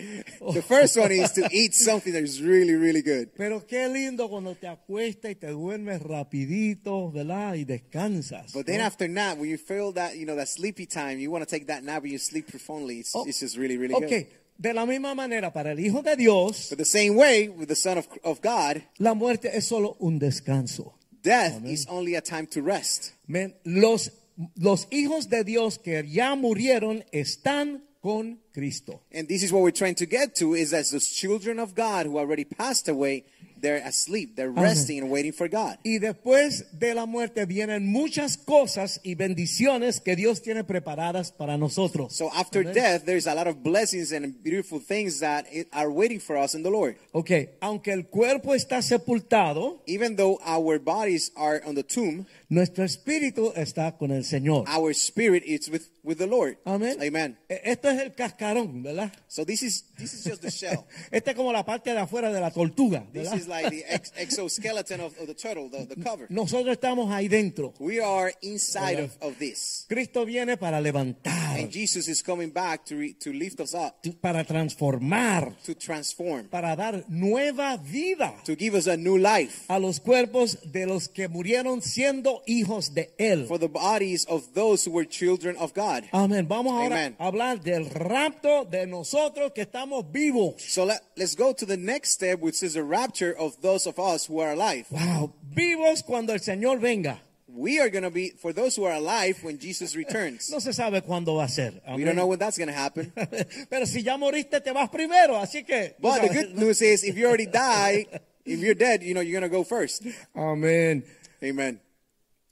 S3: The first one is to eat something that is really, really good.
S2: Pero qué lindo cuando te acuestas y te duermes rapidito, ¿verdad? Y descansas.
S3: But then
S2: ¿no?
S3: after nap, when you feel that you know that sleepy time, you want to take that nap, but you sleep profoundly. It's,
S2: Oh,
S3: it's just really, really good.
S2: Ok, de la misma manera, para el Hijo de Dios,
S3: But the same way with the Son of, of God,
S2: la muerte es solo un descanso.
S3: death is only a time to rest.
S2: Men, los, los hijos de Dios que ya murieron están con Cristo.
S3: And this is what we're trying to get to: is as those children of God who already passed away, they're asleep, they're resting and waiting for God.
S2: Y después de la muerte vienen muchas cosas y bendiciones que Dios tiene preparadas para nosotros.
S3: So after death, there's a lot of blessings and beautiful things that it- are waiting for us in the Lord.
S2: ok, aunque el cuerpo está sepultado,
S3: Even though our bodies are on the tomb,
S2: nuestro espíritu está con el Señor.
S3: our spirit is with, with the Lord.
S2: Amén.
S3: Ah, Amen.
S2: E- Esto es el cascarón, ¿verdad?
S3: So this is this is just the shell.
S2: Esta es como la parte de afuera de la tortuga.
S3: This
S2: ¿verdad?
S3: is like the ex- exoskeleton of, of the turtle, the, the cover.
S2: Nosotros estamos ahí dentro.
S3: We are inside of, of this.
S2: Cristo viene para levantar,
S3: And Jesus is coming back to, re, to lift us up,
S2: para transformar,
S3: to transform,
S2: para dar nueva vida
S3: to give us a new life
S2: a los cuerpos de los que murieron siendo hijos de Él.
S3: for the bodies of those who were children of God.
S2: Amén. Vamos ahora
S3: Amen.
S2: a hablar del rapto de nosotros que estamos vivos.
S3: So let, let's go to the next step, which is the rapture of those of us who are alive.
S2: Wow, vivos cuando el Señor venga.
S3: We are going to be, for those who are alive, when Jesus returns.
S2: No se sabe cuándo va a ser.
S3: We
S2: Amén.
S3: don't know when that's going to happen.
S2: Pero si ya moriste, te vas primero. Así que.
S3: But the
S2: tú sabes.
S3: good news is, if you already die, if you're dead, you know, you're going to go first.
S2: Amén.
S3: Amen.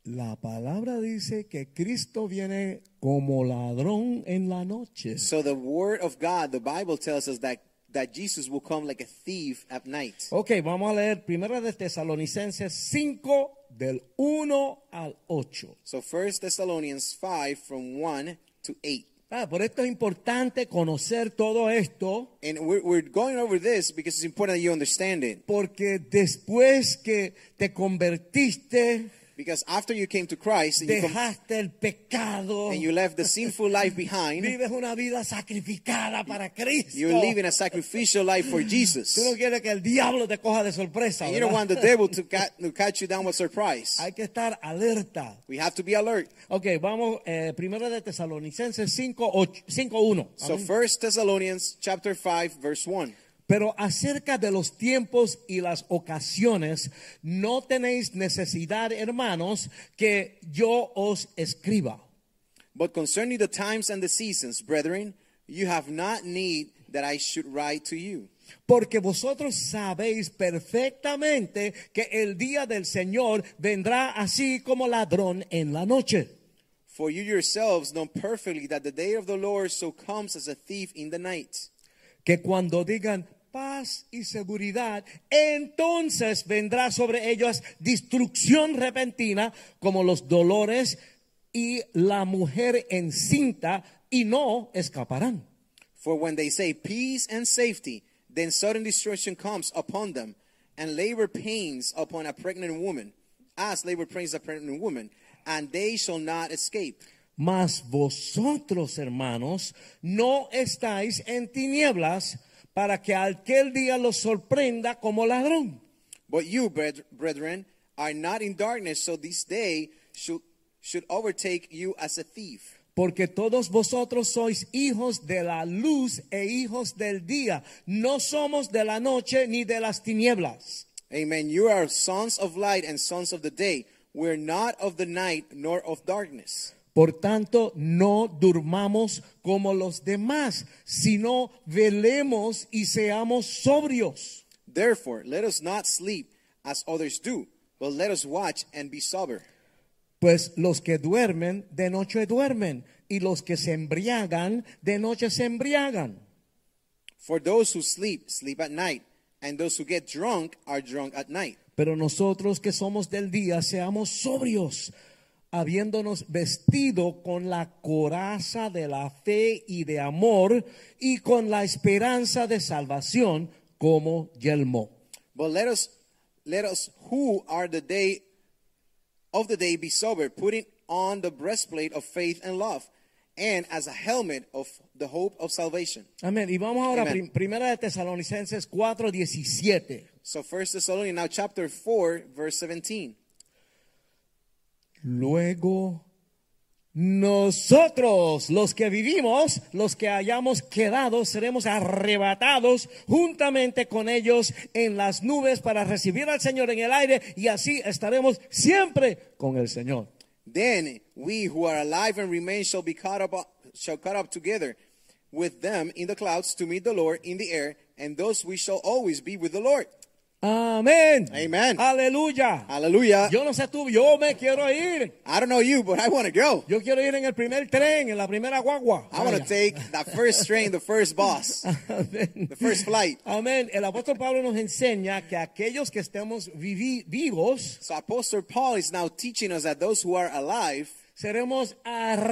S2: La palabra dice que Cristo viene como ladrón en la noche.
S3: So the word of God, the Bible tells us that that Jesus will come like a thief at night.
S2: Ok, vamos a leer Primera de Tesalonicenses 5 del 1 al 8.
S3: So First Thessalonians 5 from 1 to 8.
S2: Ah, por esto es importante conocer todo esto,
S3: And we're, we're going over this because it's important that you understand it.
S2: porque después que te convertiste,
S3: Because after you came to Christ and you, come-
S2: dejaste el pecado,
S3: and you left the sinful life behind,
S2: vives una vida sacrificada para Cristo.
S3: you're living a sacrificial life for Jesus.
S2: Tú no quieres que el diablo te coja de sorpresa.
S3: And you don't
S2: ¿verdad?
S3: want the devil to, ca- to catch you down with surprise.
S2: Hay que estar alerta.
S3: We have to be alert.
S2: Ok, vamos, eh, primero de Tesalonicenses 5, 8, 5, 1.
S3: So First Thessalonians chapter 5 verse 1.
S2: Pero acerca de los tiempos y las ocasiones, no tenéis necesidad, hermanos, que yo os escriba.
S3: But concerning the times and the seasons, brethren, you have not need that I should write to you.
S2: Porque vosotros sabéis perfectamente que el día del Señor vendrá así como ladrón en la noche.
S3: For you yourselves know perfectly that the day of the Lord so comes as a thief in the night.
S2: que cuando digan paz y seguridad, entonces vendrá sobre ellos destrucción repentina como los dolores y la mujer encinta y no escaparán.
S3: For when they say peace and safety, then sudden destruction comes upon them, and labor pains upon a pregnant woman, as labor pains a pregnant woman, and they shall not escape.
S2: Mas vosotros, hermanos, no estáis en tinieblas para que aquel día los sorprenda como ladrón.
S3: But you, bret- brethren, are not in darkness, so this day should, should overtake you as a thief.
S2: Porque todos vosotros sois hijos de la luz e hijos del día. No somos de la noche ni de las tinieblas.
S3: Amen. You are sons of light and sons of the day. We're not of the night nor of darkness.
S2: Por tanto, no durmamos como los demás, sino velemos y seamos sobrios.
S3: Therefore, let us not sleep as others do, but let us watch and be sober.
S2: Pues los que duermen, de noche duermen, y los que se embriagan, de noche se embriagan.
S3: For those who sleep, sleep at night, and those who get drunk are drunk at night.
S2: Pero nosotros que somos del día, seamos sobrios, habiéndonos vestido con la coraza de la fe y de amor y con la esperanza de salvación como yelmo.
S3: But let us let us who are the day of the day be sober, putting on the breastplate of faith and love, and as a helmet of the hope of salvation.
S2: Amén. Y vamos ahora a
S3: Amén.
S2: prim- primera de Tesalonicenses 4:17.
S3: So First Thessalonians now chapter 4 verse 17.
S2: Luego nosotros, los que vivimos, los que hayamos quedado, seremos arrebatados juntamente con ellos en las nubes para recibir al Señor en el aire y así estaremos siempre con el Señor.
S3: Then we who are alive and remain shall be caught up shall caught up together with them in the clouds to meet the Lord in the air, and those we shall always be with the Lord.
S2: Amén.
S3: Amen.
S2: Aleluya.
S3: Hallelujah.
S2: Yo no sé tú, yo me quiero ir.
S3: I don't know you, but I want to go.
S2: Yo quiero ir en el primer tren, en la primera guagua.
S3: I want to
S2: Vaya.
S3: take that first train, the first boss.
S2: Amén.
S3: The first flight.
S2: Amén. El apóstol Pablo nos enseña que aquellos que estemos vivi- vivos
S3: So Apostle Paul is now teaching us that those who are alive
S2: seremos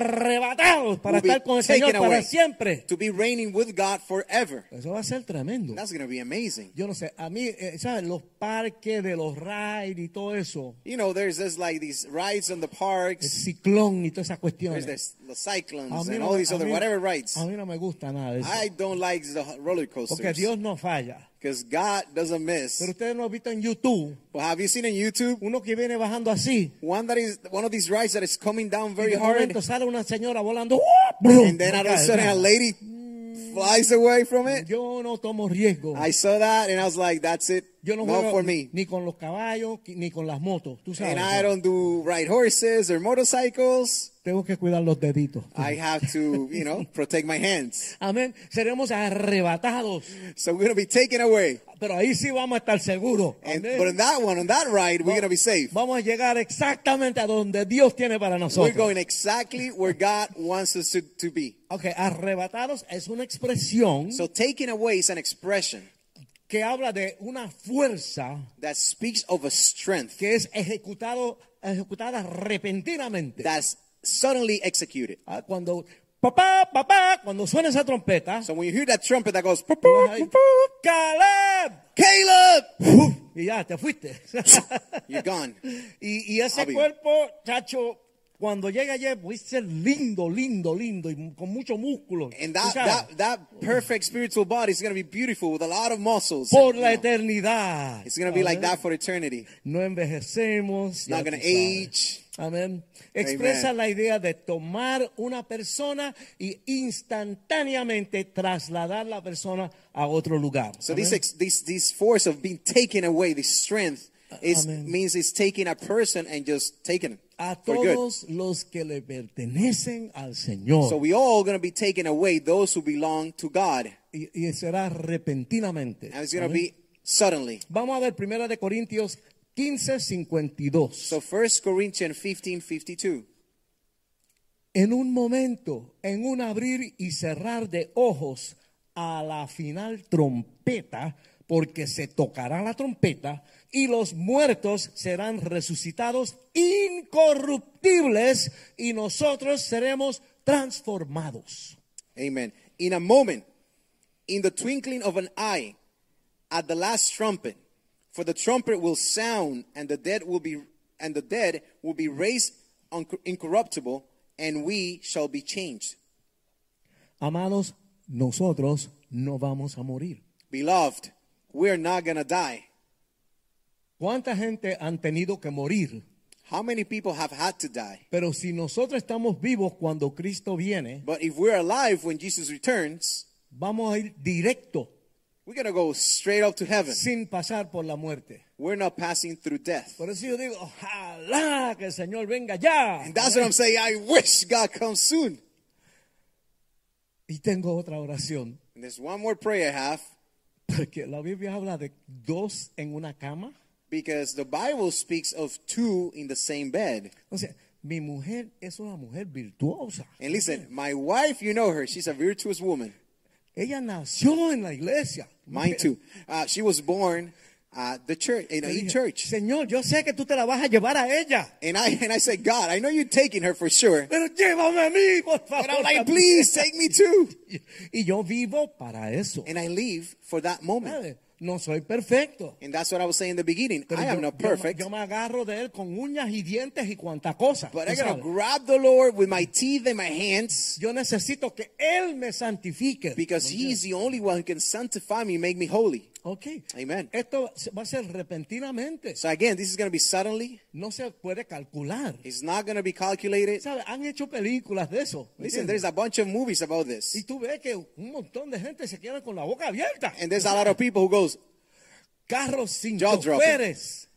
S2: arrebatados para
S3: will be
S2: estar con el
S3: taken
S2: Señor para
S3: away
S2: siempre.
S3: to be reigning with God forever.
S2: Eso va a ser tremendo.
S3: That's going to be amazing.
S2: Yo no sé, a mí, eh, ¿saben? Los parques de los rides y todo eso,
S3: You know, there's this like these rides on the
S2: el
S3: parks.
S2: ciclón y todas
S3: There's
S2: esas cuestiones.
S3: this, the cyclones
S2: A mí
S3: and
S2: no
S3: all
S2: me-
S3: these
S2: a
S3: other
S2: mí-
S3: whatever rides.
S2: A mí no me gusta nada de eso.
S3: I don't like the roller
S2: Porque
S3: coasters
S2: Dios no falla.
S3: because God doesn't miss.
S2: Pero ustedes no han visto en YouTube
S3: Well, have you seen on YouTube
S2: uno que viene bajando así.
S3: one that is one of these rides that is coming down
S2: Y
S3: very
S2: de
S3: hard,
S2: momento sale una señora volando. ¡uh!
S3: and then all of a sudden a lady flies away from it?
S2: Yo no tomo riesgo.
S3: I saw that and I was like, "That's it,
S2: Yo no
S3: not
S2: juego
S3: for me."
S2: ni con los caballos ni con las motos. Tú sabes.
S3: And I don't do ride horses or motorcycles.
S2: Tengo que cuidar los deditos.
S3: I have to, you know, protect my hands.
S2: Amén. Seremos arrebatados.
S3: So we're gonna be taken away.
S2: Pero ahí sí vamos a estar seguros.
S3: And,
S2: Amén.
S3: but on that one, on that ride, we're gonna be safe.
S2: Vamos a llegar exactamente a donde Dios tiene para
S3: We're
S2: nosotros.
S3: going exactly where God wants us to, to be.
S2: Ok, arrebatados es una expresión
S3: So taking away is an expression
S2: que habla de una fuerza
S3: that speaks of a strength
S2: que es ejecutado, ejecutada repentinamente.
S3: that's suddenly executed.
S2: Ah, cuando, papá, papá, cuando suena esa trompeta,
S3: So when you hear that trumpet that goes,
S2: tú vas ahí, Caleb,
S3: Caleb,
S2: y ya te fuiste.
S3: you're gone.
S2: y, y ese
S3: Obvio.
S2: cuerpo, chacho, cuando llega ayer, fuiste ser lindo, lindo, lindo, y con mucho músculo.
S3: And
S2: tú
S3: that,
S2: sabes,
S3: that, that perfect spiritual body is gonna be beautiful with a lot of muscles.
S2: por la
S3: You know,
S2: eternidad.
S3: it's gonna be like
S2: Amén.
S3: that for eternity.
S2: No envejecemos. ya
S3: not going
S2: tú
S3: to
S2: sabes.
S3: age.
S2: Amén. Expresa
S3: Amen.
S2: la idea de tomar una persona y instantáneamente trasladar la persona a otro lugar.
S3: So
S2: Amén.
S3: this, ex, this this force of being taken away, this strength, is
S2: Amen.
S3: means it's taking a person and just taking
S2: a
S3: him for good.
S2: todos los que le pertenecen al Señor
S3: So we all going to be taken away, those who belong to God,
S2: y, y será repentinamente.
S3: and it's going to be
S2: Amén.
S3: suddenly.
S2: Vamos a ver primera de Corintios 15, 52.
S3: So First Corinthians 15, 52.
S2: en un momento, en un abrir y cerrar de ojos a la final trompeta, porque se tocará la trompeta y los muertos serán resucitados incorruptibles y nosotros seremos transformados.
S3: Amen. In a moment, in the twinkling of an eye, at the last trumpet, for the trumpet will sound, and the dead will be and the dead will be raised un- incorruptible, and we shall be changed.
S2: Amados, nosotros no vamos a morir.
S3: Beloved, we're not gonna die.
S2: ¿Cuánta gente han tenido que morir?
S3: How many people have had to die?
S2: Pero si nosotros estamos vivos cuando Cristo viene,
S3: But if we're alive when Jesus returns,
S2: vamos a ir directo,
S3: we're gonna go straight up to heaven.
S2: sin pasar por la muerte.
S3: We're not passing through death.
S2: Por eso yo digo, ojalá que el Señor venga ya.
S3: And that's what I'm saying. I wish God comes soon.
S2: Y tengo otra oración,
S3: And there's one more prayer I have
S2: porque la Biblia habla de dos en una cama.
S3: because the Bible speaks of two in the same bed.
S2: O sea, mi mujer es una mujer virtuosa.
S3: And listen, my wife, you know her. She's a virtuous woman.
S2: Ella nació en la iglesia.
S3: Mine too. Uh, she was born at the church in,
S2: Le
S3: in
S2: dije,
S3: church.
S2: Señor, yo sé que tú te la vas a llevar a ella,
S3: And I and I said, God, I know you're taking her for sure.
S2: pero llévame a mí, por favor.
S3: And I'm like,
S2: también".
S3: please take me too.
S2: Y yo vivo para eso.
S3: And I live for that moment.
S2: ¿Sabe? No soy perfecto.
S3: And that's what I was saying in the beginning.
S2: Pero
S3: I am
S2: yo-
S3: not
S2: yo me-
S3: perfect,
S2: Yo, me agarro de él con uñas y dientes y cuanta cosa.
S3: but
S2: tú
S3: I'm going
S2: sabes.
S3: to grab the Lord with my teeth and my hands
S2: Yo necesito que él me santifique.
S3: because He is the only one who can sanctify me, make me holy.
S2: Ok.
S3: Amen.
S2: Esto se- va a ser repentinamente.
S3: So again, this is going to be suddenly.
S2: No se puede calcular.
S3: It's not going to be calculated.
S2: ¿Sabe? Han hecho películas de eso. ¿me
S3: Listen,
S2: entiendes?
S3: there's a bunch of movies about this.
S2: Y tú ves que un montón de gente se queda con la boca abierta.
S3: And there's a lot of people who goes,
S2: Carros sin
S3: Jaw dropping.
S2: choferes.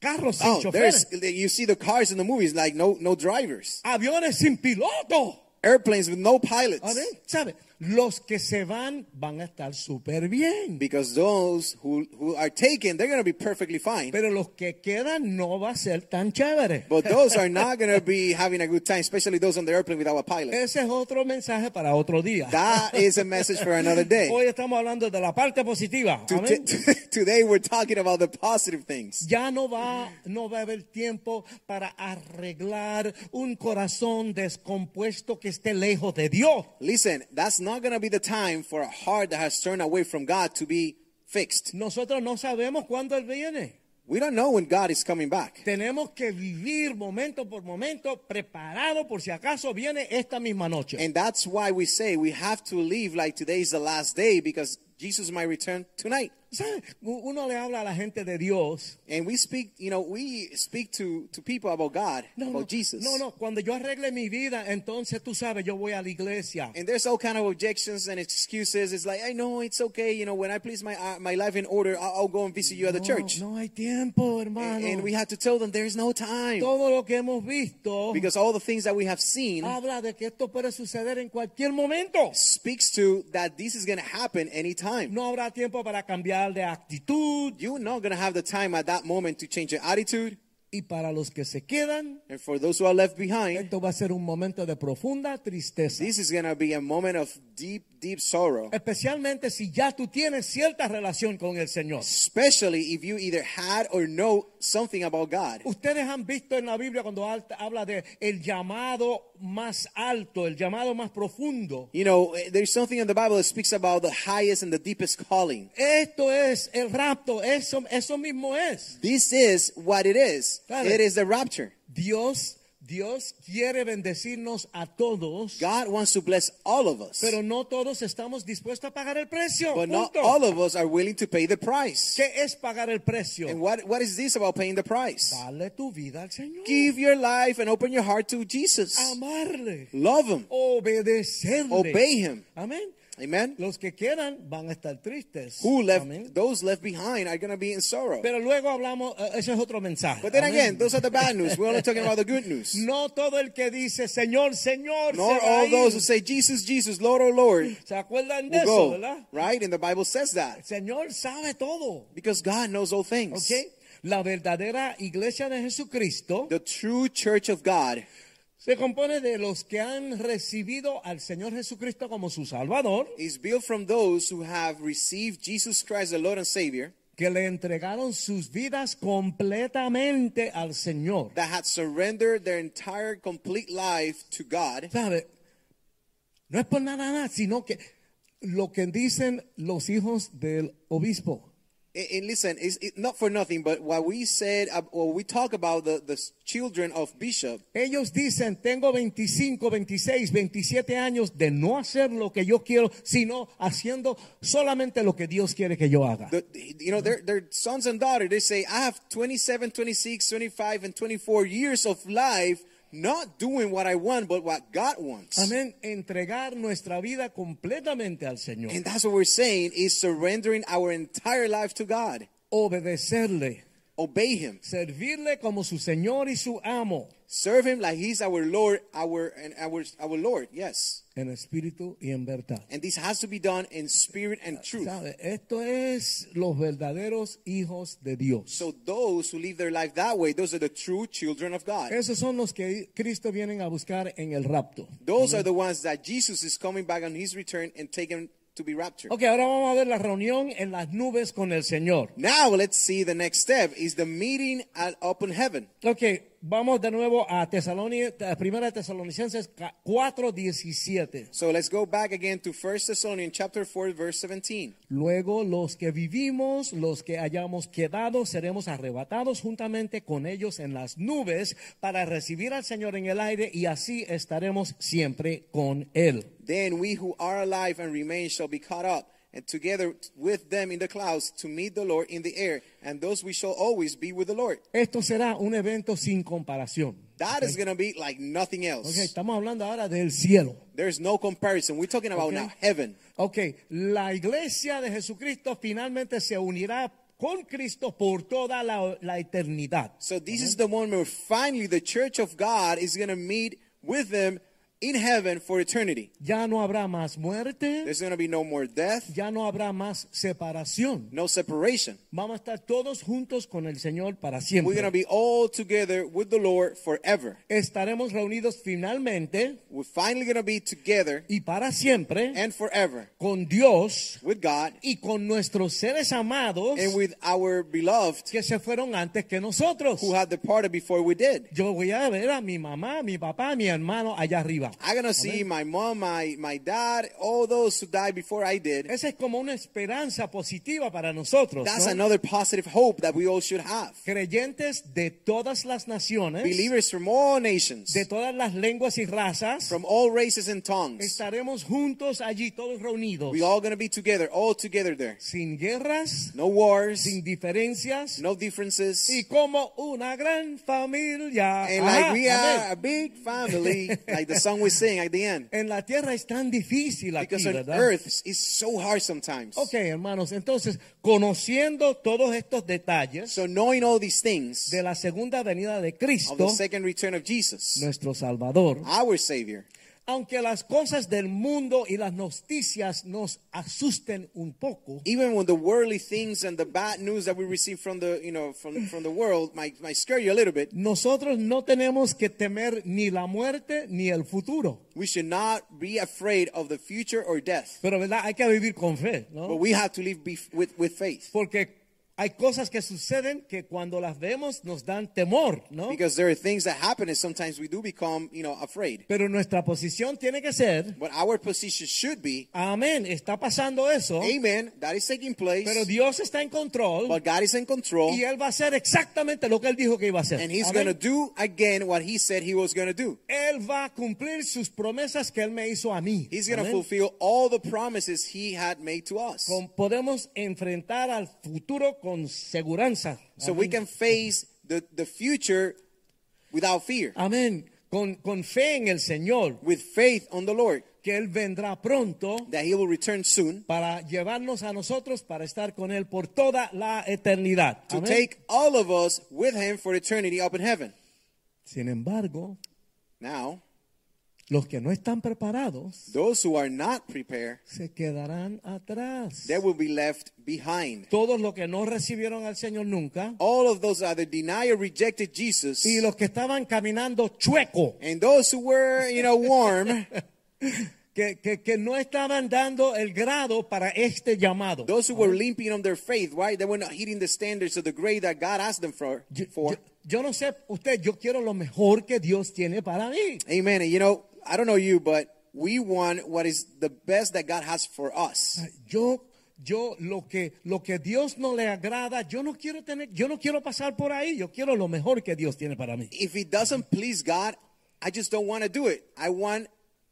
S2: Carros sin
S3: oh,
S2: choferes.
S3: there's, you see the cars in the movies, like no, no drivers.
S2: Aviones sin piloto.
S3: Airplanes with no pilots.
S2: A ver, ¿sabe? Los que se van van a estar súper bien.
S3: Because those who, who are taken, they're going to be perfectly fine.
S2: Pero los que quedan no va a ser tan chévere.
S3: But those are not going to be having a good time, especially those on the airplane without a pilot.
S2: Ese es otro mensaje para otro día.
S3: That is a message for another
S2: Hoy
S3: day.
S2: estamos hablando de la parte positiva.
S3: To-
S2: Amén.
S3: to- today we're talking about the positive things.
S2: Ya no va, no va a haber tiempo para arreglar un corazón descompuesto que esté lejos de Dios.
S3: Listen, that's not going to be the time for a heart that has turned away from God to be fixed.
S2: Nosotros no sabemos cuándo Él viene.
S3: We don't know when God is coming back.
S2: Tenemos que vivir momento por momento preparado por si acaso viene esta misma noche.
S3: And that's why we say we have to leave like today is the last day because Jesus might return tonight.
S2: ¿Sabe? U- Uno le habla a la gente de Dios.
S3: And we speak, you know, we speak to, to people about God,
S2: No,
S3: about
S2: no,
S3: Jesus.
S2: no, no, cuando yo arregle mi vida, entonces tú sabes, yo voy a la iglesia.
S3: And there's all kind of objections and excuses. It's like, I know it's okay. You know, when I place my uh, my life in order, I'll, I'll go and visit you at the
S2: No,
S3: church.
S2: no hay tiempo, hermano.
S3: and, and we have to tell them there's no time
S2: Todo lo que hemos visto
S3: because all the things that we have seen
S2: habla de que esto puede suceder en cualquier momento.
S3: speaks to that this is going to happen anytime.
S2: No habrá tiempo para cambiar de actitud.
S3: You're not going to have the time at that moment to change your attitude.
S2: Y para los que se quedan,
S3: And for those who are left behind,
S2: esto va a ser un momento de profunda tristeza.
S3: this is going to be a moment of deep, deep sorrow.
S2: Especialmente si ya tú tienes cierta relación con el Señor.
S3: Especially if you either had or know something about God.
S2: Ustedes han visto en la Biblia cuando al- habla de el llamado más alto, el llamado más profundo.
S3: You know, eh, there's something in the Bible that speaks about the highest and the deepest calling.
S2: Esto es el rapto, eso, eso mismo es.
S3: This is what it is.
S2: Got it.
S3: It is the rapture.
S2: Dios, Dios quiere bendecirnos a todos,
S3: God wants to bless all of us.
S2: pero no todos estamos dispuestos a pagar el precio.
S3: But not
S2: punto.
S3: all of us are willing to pay the price.
S2: ¿Qué es pagar el precio?
S3: And what, what is this about paying the price?
S2: Dale tu vida al Señor.
S3: Give your life and open your heart to Jesus.
S2: Amarle.
S3: Love Him.
S2: Obedecerle.
S3: Obey him.
S2: Amén.
S3: Amen?
S2: Los que quieran van a estar tristes.
S3: Who left,
S2: Amén.
S3: those left behind are going to be in sorrow.
S2: Pero luego hablamos, eh, ese es otro mensaje.
S3: But then
S2: Amén.
S3: again, those are the bad news. We're only talking about the good news.
S2: no todo el que dice Señor, Señor,
S3: Nor
S2: se va a
S3: all
S2: ir.
S3: those who say, Jesus, Jesus, Lord, oh Lord,
S2: ¿Se acuerdan de
S3: will
S2: eso,
S3: go.
S2: verdad?
S3: Right? And the Bible says that.
S2: Señor sabe todo.
S3: Because God knows all things.
S2: ¿Ok? La verdadera iglesia de Jesucristo
S3: The true church of God
S2: se compone de los que han recibido al Señor Jesucristo como su Salvador,
S3: is built from those who have received Jesus Christ, the Lord and Savior,
S2: que le entregaron sus vidas completamente al Señor.
S3: that had surrendered their entire complete life to God.
S2: ¿Sabe? No es por nada, nada, sino que lo que dicen los hijos del obispo.
S3: And, and listen, it's it, not for nothing, but what we said, uh, or we talk about the, the children of Bishop,
S2: Ellos dicen, tengo 25, 26, 27 años de no hacer lo que yo quiero, sino haciendo solamente lo que Dios quiere que yo haga.
S3: the, you know, their, their sons and daughters, they say, I have 27, 26, 25, and 24 years of life not doing what I want, but what God wants.
S2: Amén. Entregar nuestra vida completamente al Señor.
S3: And that's what we're saying is surrendering our entire life to God.
S2: Obedecerle.
S3: Obey Him.
S2: Servirle como su Señor y su amo.
S3: Serve him like he's our Lord, our and our our Lord, yes.
S2: En espíritu y en verdad.
S3: And this has to be done in spirit and truth.
S2: ¿Sabe? Esto es los verdaderos hijos de Dios.
S3: So those who live their life that way, those are the true children of God.
S2: Esos son los que Cristo viene a buscar en el rapto.
S3: Those are the ones that Jesus is coming back on his return and taken to be raptured.
S2: Ok, ahora vamos a ver la reunión en las nubes con el Señor.
S3: Now let's see the next step is the meeting at, up in heaven.
S2: Ok, Vamos de nuevo a Tesaloni- a Primera de Tesalonicenses ca- 4:17.
S3: So let's go back again to 1 Thessalonians chapter 4 verse 17.
S2: Luego los que vivimos, los que hayamos quedado, seremos arrebatados juntamente con ellos en las nubes para recibir al Señor en el aire y así estaremos siempre con Él.
S3: Then we who are alive and remain shall be caught up, and together with them in the clouds to meet the Lord in the air, and those we shall always be with the Lord.
S2: Esto será un evento sin comparación.
S3: That is going to be like nothing else.
S2: Ok, estamos hablando ahora del cielo.
S3: There's no comparison. We're talking about
S2: Okay.
S3: now heaven.
S2: Ok, la iglesia de Jesucristo finalmente se unirá con Cristo por toda la, la eternidad.
S3: So this is the moment where finally the church of God is going to meet with them in heaven for eternity.
S2: Ya no habrá más muerte,
S3: There's going to be no more death,
S2: ya no habrá más separación.
S3: no separation.
S2: Vamos a estar todos juntos con el Señor para
S3: We're going to
S2: siempre.
S3: be all together with the Lord forever.
S2: Estaremos reunidos finalmente
S3: We're finally going to be together
S2: y para siempre
S3: and forever
S2: con Dios
S3: with God
S2: y con nuestros seres amados
S3: and with our beloved
S2: que se fueron antes que nosotros.
S3: who had departed before we did.
S2: Yo voy a ver a mi mamá, mi papá, mi hermano allá arriba.
S3: I'm going to see my mom, my, my dad, all those who died before I did.
S2: Esa es como una esperanza positiva para nosotros.
S3: That's
S2: ¿no?
S3: another positive hope that we all should have.
S2: Creyentes de todas las naciones,
S3: Believers from all nations,
S2: de todas las lenguas y razas,
S3: from all races and tongues.
S2: estaremos juntos allí, todos reunidos.
S3: We all going to be together, all together there.
S2: Sin guerras,
S3: No wars,
S2: sin diferencias
S3: no differences.
S2: y como una gran familia.
S3: And
S2: Ajá,
S3: like we are a
S2: amén.
S3: big family, like the song we sing at the end.
S2: En la tierra es tan difícil aquí,
S3: Because on
S2: ¿verdad?
S3: earth it's so hard sometimes.
S2: Ok, hermanos, entonces, conociendo todos estos detalles
S3: So knowing all these things
S2: de la segunda venida de
S3: of
S2: Cristo,
S3: the second return of Jesus,
S2: nuestro Salvador,
S3: our Savior,
S2: aunque las cosas del mundo y las noticias nos asusten un poco,
S3: even when the worldly things and the bad news that we receive from the you know from from the world might might scare you a little bit,
S2: nosotros no tenemos que temer ni la muerte ni el futuro.
S3: we should not be afraid of the future or death.
S2: Pero, ¿verdad? Hay que vivir con fe, ¿no?
S3: But we have to live be- with with faith
S2: Porque hay cosas que suceden que cuando las vemos nos dan temor, ¿no?
S3: because there are things that happen and sometimes we do become you know afraid.
S2: Pero nuestra posición tiene que ser,
S3: But our position should be,
S2: amén, está pasando eso,
S3: Amen. That is taking place.
S2: pero Dios está en control
S3: But God is in control,
S2: y Él va a hacer exactamente lo que Él dijo que iba a hacer.
S3: and He's
S2: Amén.
S3: going to do again what He said He was going to do.
S2: Él va a cumplir sus promesas que Él me hizo a mí.
S3: He's going to
S2: Amén.
S3: fulfill all the promises He had made to us.
S2: Con- podemos enfrentar al futuro con seguridad.
S3: So we can face the, the future without fear,
S2: Amén. Con, con fe en el Señor,
S3: with faith on the Lord,
S2: que Él vendrá pronto.
S3: that He will return soon
S2: para llevarnos a nosotros para estar con él por toda la eternidad.
S3: to
S2: Amén.
S3: take all of us with Him for eternity up in heaven.
S2: Sin embargo,
S3: Now,
S2: los que no están preparados
S3: those who are not prepared,
S2: se quedarán atrás.
S3: they will be left behind.
S2: Todos los que no recibieron al Señor nunca
S3: All of those that either deny or rejected Jesus,
S2: y los que estaban caminando chueco,
S3: and those who were, you know, warm.
S2: que, que, que no estaban dando el grado para este llamado.
S3: Those who were limping on their faith, right? They were not hitting the standards of the grade that God asked them for.
S2: Yo,
S3: for.
S2: yo- yo no sé usted, yo quiero lo mejor que Dios tiene para mí.
S3: Amen. And you know, I don't know you, but we want what is the best that God has for us.
S2: Yo yo lo que lo que Dios no le agrada, yo no quiero tener, yo no quiero pasar por ahí, yo quiero lo mejor que Dios tiene para mí.
S3: If it doesn't please God, I just don't want to do it. I want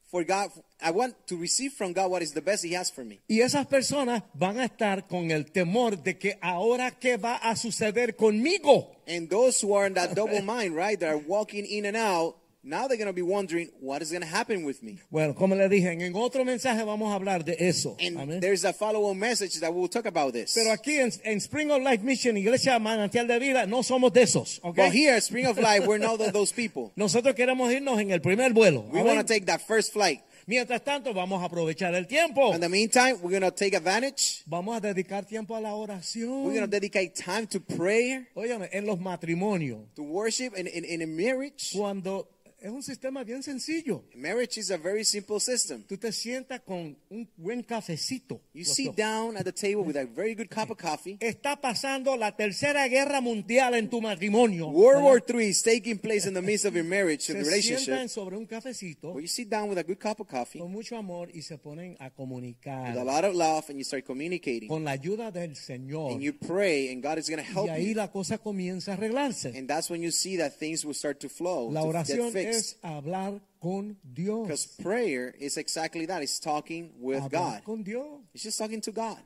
S3: for God, I want to receive from God what is the best He has for me.
S2: Y esas personas van a estar con el temor de que ahora qué va a suceder conmigo.
S3: And those who are in that double mind, right? That are walking in and out. Now they're going to be wondering what is going to happen with me.
S2: Bueno, como le dije, en otro mensaje vamos a hablar de eso.
S3: And
S2: Amén.
S3: there's a follow-on message that we'll talk about this.
S2: Pero aquí en, en Spring of Life Mission, Iglesia Manantial de Vida, no somos de esos. ¿ok?
S3: But here at Spring of Life, we're not of those people.
S2: Nosotros queremos irnos en el primer vuelo.
S3: We
S2: Amén.
S3: want to take that first flight.
S2: Mientras tanto, vamos a aprovechar el tiempo.
S3: In the meantime, we're going to take advantage.
S2: Vamos a dedicar tiempo a la oración.
S3: We're going to dedicate time to prayer,
S2: Óyeme, en los matrimonios,
S3: to worship, and in, in, in marriage.
S2: cuando Es un sistema bien sencillo.
S3: Marriage is a very simple system.
S2: Tú te sientas con un buen cafecito.
S3: You
S2: los
S3: sit
S2: dos.
S3: down at the table with a very good cup of coffee.
S2: Está pasando la tercera guerra mundial en tu matrimonio.
S3: World
S2: ¿verdad?
S3: War III is taking place in the midst of your marriage and
S2: se
S3: relationship.
S2: sientan sobre un cafecito
S3: Well, you sit down with a good cup of coffee,
S2: con mucho amor y se ponen a
S3: with a
S2: comunicar
S3: lot of love, and you start communicating.
S2: con la ayuda del Señor.
S3: And you pray, and God is going to
S2: Oh, Y
S3: help
S2: ahí
S3: you.
S2: la cosa comienza a arreglarse.
S3: And that's when you see that things will start to flow,
S2: La
S3: to get
S2: oración
S3: fixed.
S2: es hablar con
S3: Because
S2: Dios.
S3: prayer is exactly that. It's talking with God.
S2: Hablar con Dios.
S3: It's just talking to God.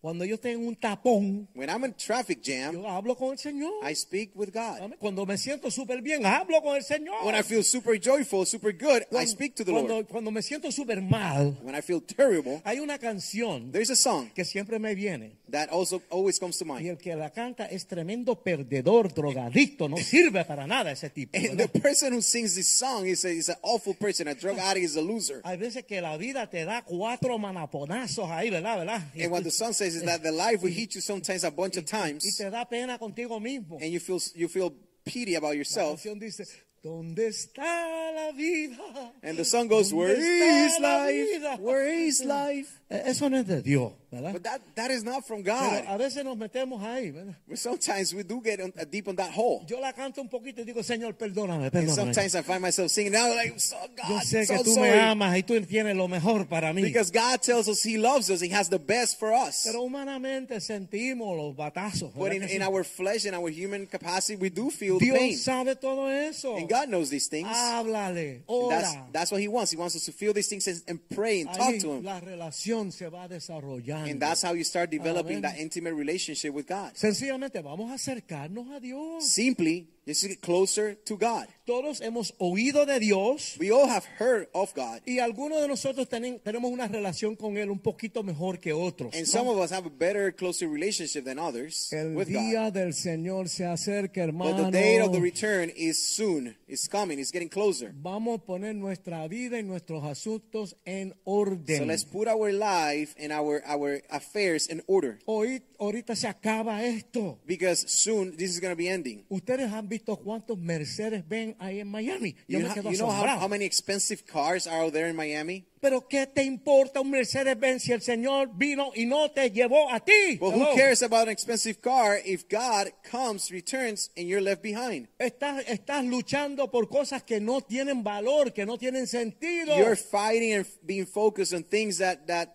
S2: Cuando yo tengo un tapón,
S3: When I'm in traffic jam,
S2: yo hablo con el Señor.
S3: I speak with God.
S2: Amén. Cuando me siento súper bien, hablo con el Señor.
S3: When I feel super joyful, super good, I
S2: Cuando-
S3: speak to the
S2: cuando,
S3: Lord.
S2: cuando me siento súper mal,
S3: When I feel terrible,
S2: hay una canción
S3: there's a song
S2: que siempre me viene.
S3: that also always comes to
S2: Y
S3: mind.
S2: el que la canta es tremendo perdedor, drogadicto, no sirve para nada ese tipo.
S3: And the
S2: ¿verdad?
S3: person who sings this song is, a, is an awful person. A drug addict is a loser.
S2: Hay veces que la vida te da cuatro manaponazos ahí, ¿verdad? ¿verdad? Y,
S3: And what the
S2: tú-
S3: song says is that the life will hit you sometimes a bunch of
S2: y
S3: times,
S2: te da pena contigo mismo.
S3: and you feel you feel pity about
S2: La
S3: yourself.
S2: canción dice, ¿dónde está la vida?
S3: And the song goes,
S2: ¿Dónde
S3: "Where
S2: está
S3: is
S2: la
S3: life?
S2: vida?"
S3: Where is life?
S2: Eh, Eso no es de Dios, ¿verdad?
S3: But that that is not from
S2: Pero a
S3: God.
S2: veces nos metemos ahí, ¿verdad?
S3: But sometimes we do get on, uh, deep on that hole.
S2: Yo la canto un poquito y digo, Señor, perdóname,
S3: And
S2: perdóname.
S3: sometimes I find myself singing now like, so
S2: Yo
S3: God,
S2: sé
S3: so
S2: que tú me
S3: sorry.
S2: amas y tú tienes lo mejor para mí.
S3: Because God tells us He loves us, He has the best for us.
S2: Pero humanamente sentimos los batazos.
S3: But
S2: ¿verdad
S3: in,
S2: que
S3: in
S2: sí?
S3: our flesh, in our human capacity, we do feel
S2: Dios
S3: pain.
S2: sabe todo eso.
S3: And God knows these things.
S2: Háblale,
S3: And That's,
S2: ora.
S3: that's what He wants. He wants us to feel these things and, and pray and talk
S2: Ahí
S3: to Him.
S2: la relación se va desarrollando.
S3: And that's how you start developing
S2: Amén.
S3: that intimate relationship with God.
S2: Sencillamente vamos a acercarnos a Dios.
S3: Simply, just to get closer to God.
S2: Todos hemos oído de Dios
S3: We all have heard of God,
S2: y algunos de nosotros tenen- tenemos una relación con Él un poquito mejor que otros.
S3: and
S2: ¿no?
S3: some of us have a better, closer relationship than others
S2: El
S3: with
S2: día
S3: God.
S2: del Señor se acerca,
S3: But
S2: hermano.
S3: the date of the return is soon. It's coming. It's getting closer.
S2: Vamos a poner nuestra vida y nuestros asuntos en orden.
S3: So let's put our life and our our affairs in order,
S2: Hoy, ahorita se acaba esto.
S3: because soon this is going to be ending.
S2: Ustedes han visto cuántos Mercedes ven ahí en Miami.
S3: You,
S2: Yo me
S3: ha-
S2: quedo
S3: you know how,
S2: asombrado.
S3: how many expensive cars are out there in Miami?
S2: Pero ¿qué te importa un Mercedes Benz si el Señor vino y no te llevó a ti?
S3: Well,
S2: Hello.
S3: who cares about an expensive car if God comes, returns, and you're left behind?
S2: Estás, estás luchando por cosas que no tienen valor, que no tienen sentido.
S3: You're fighting and being focused on things that that,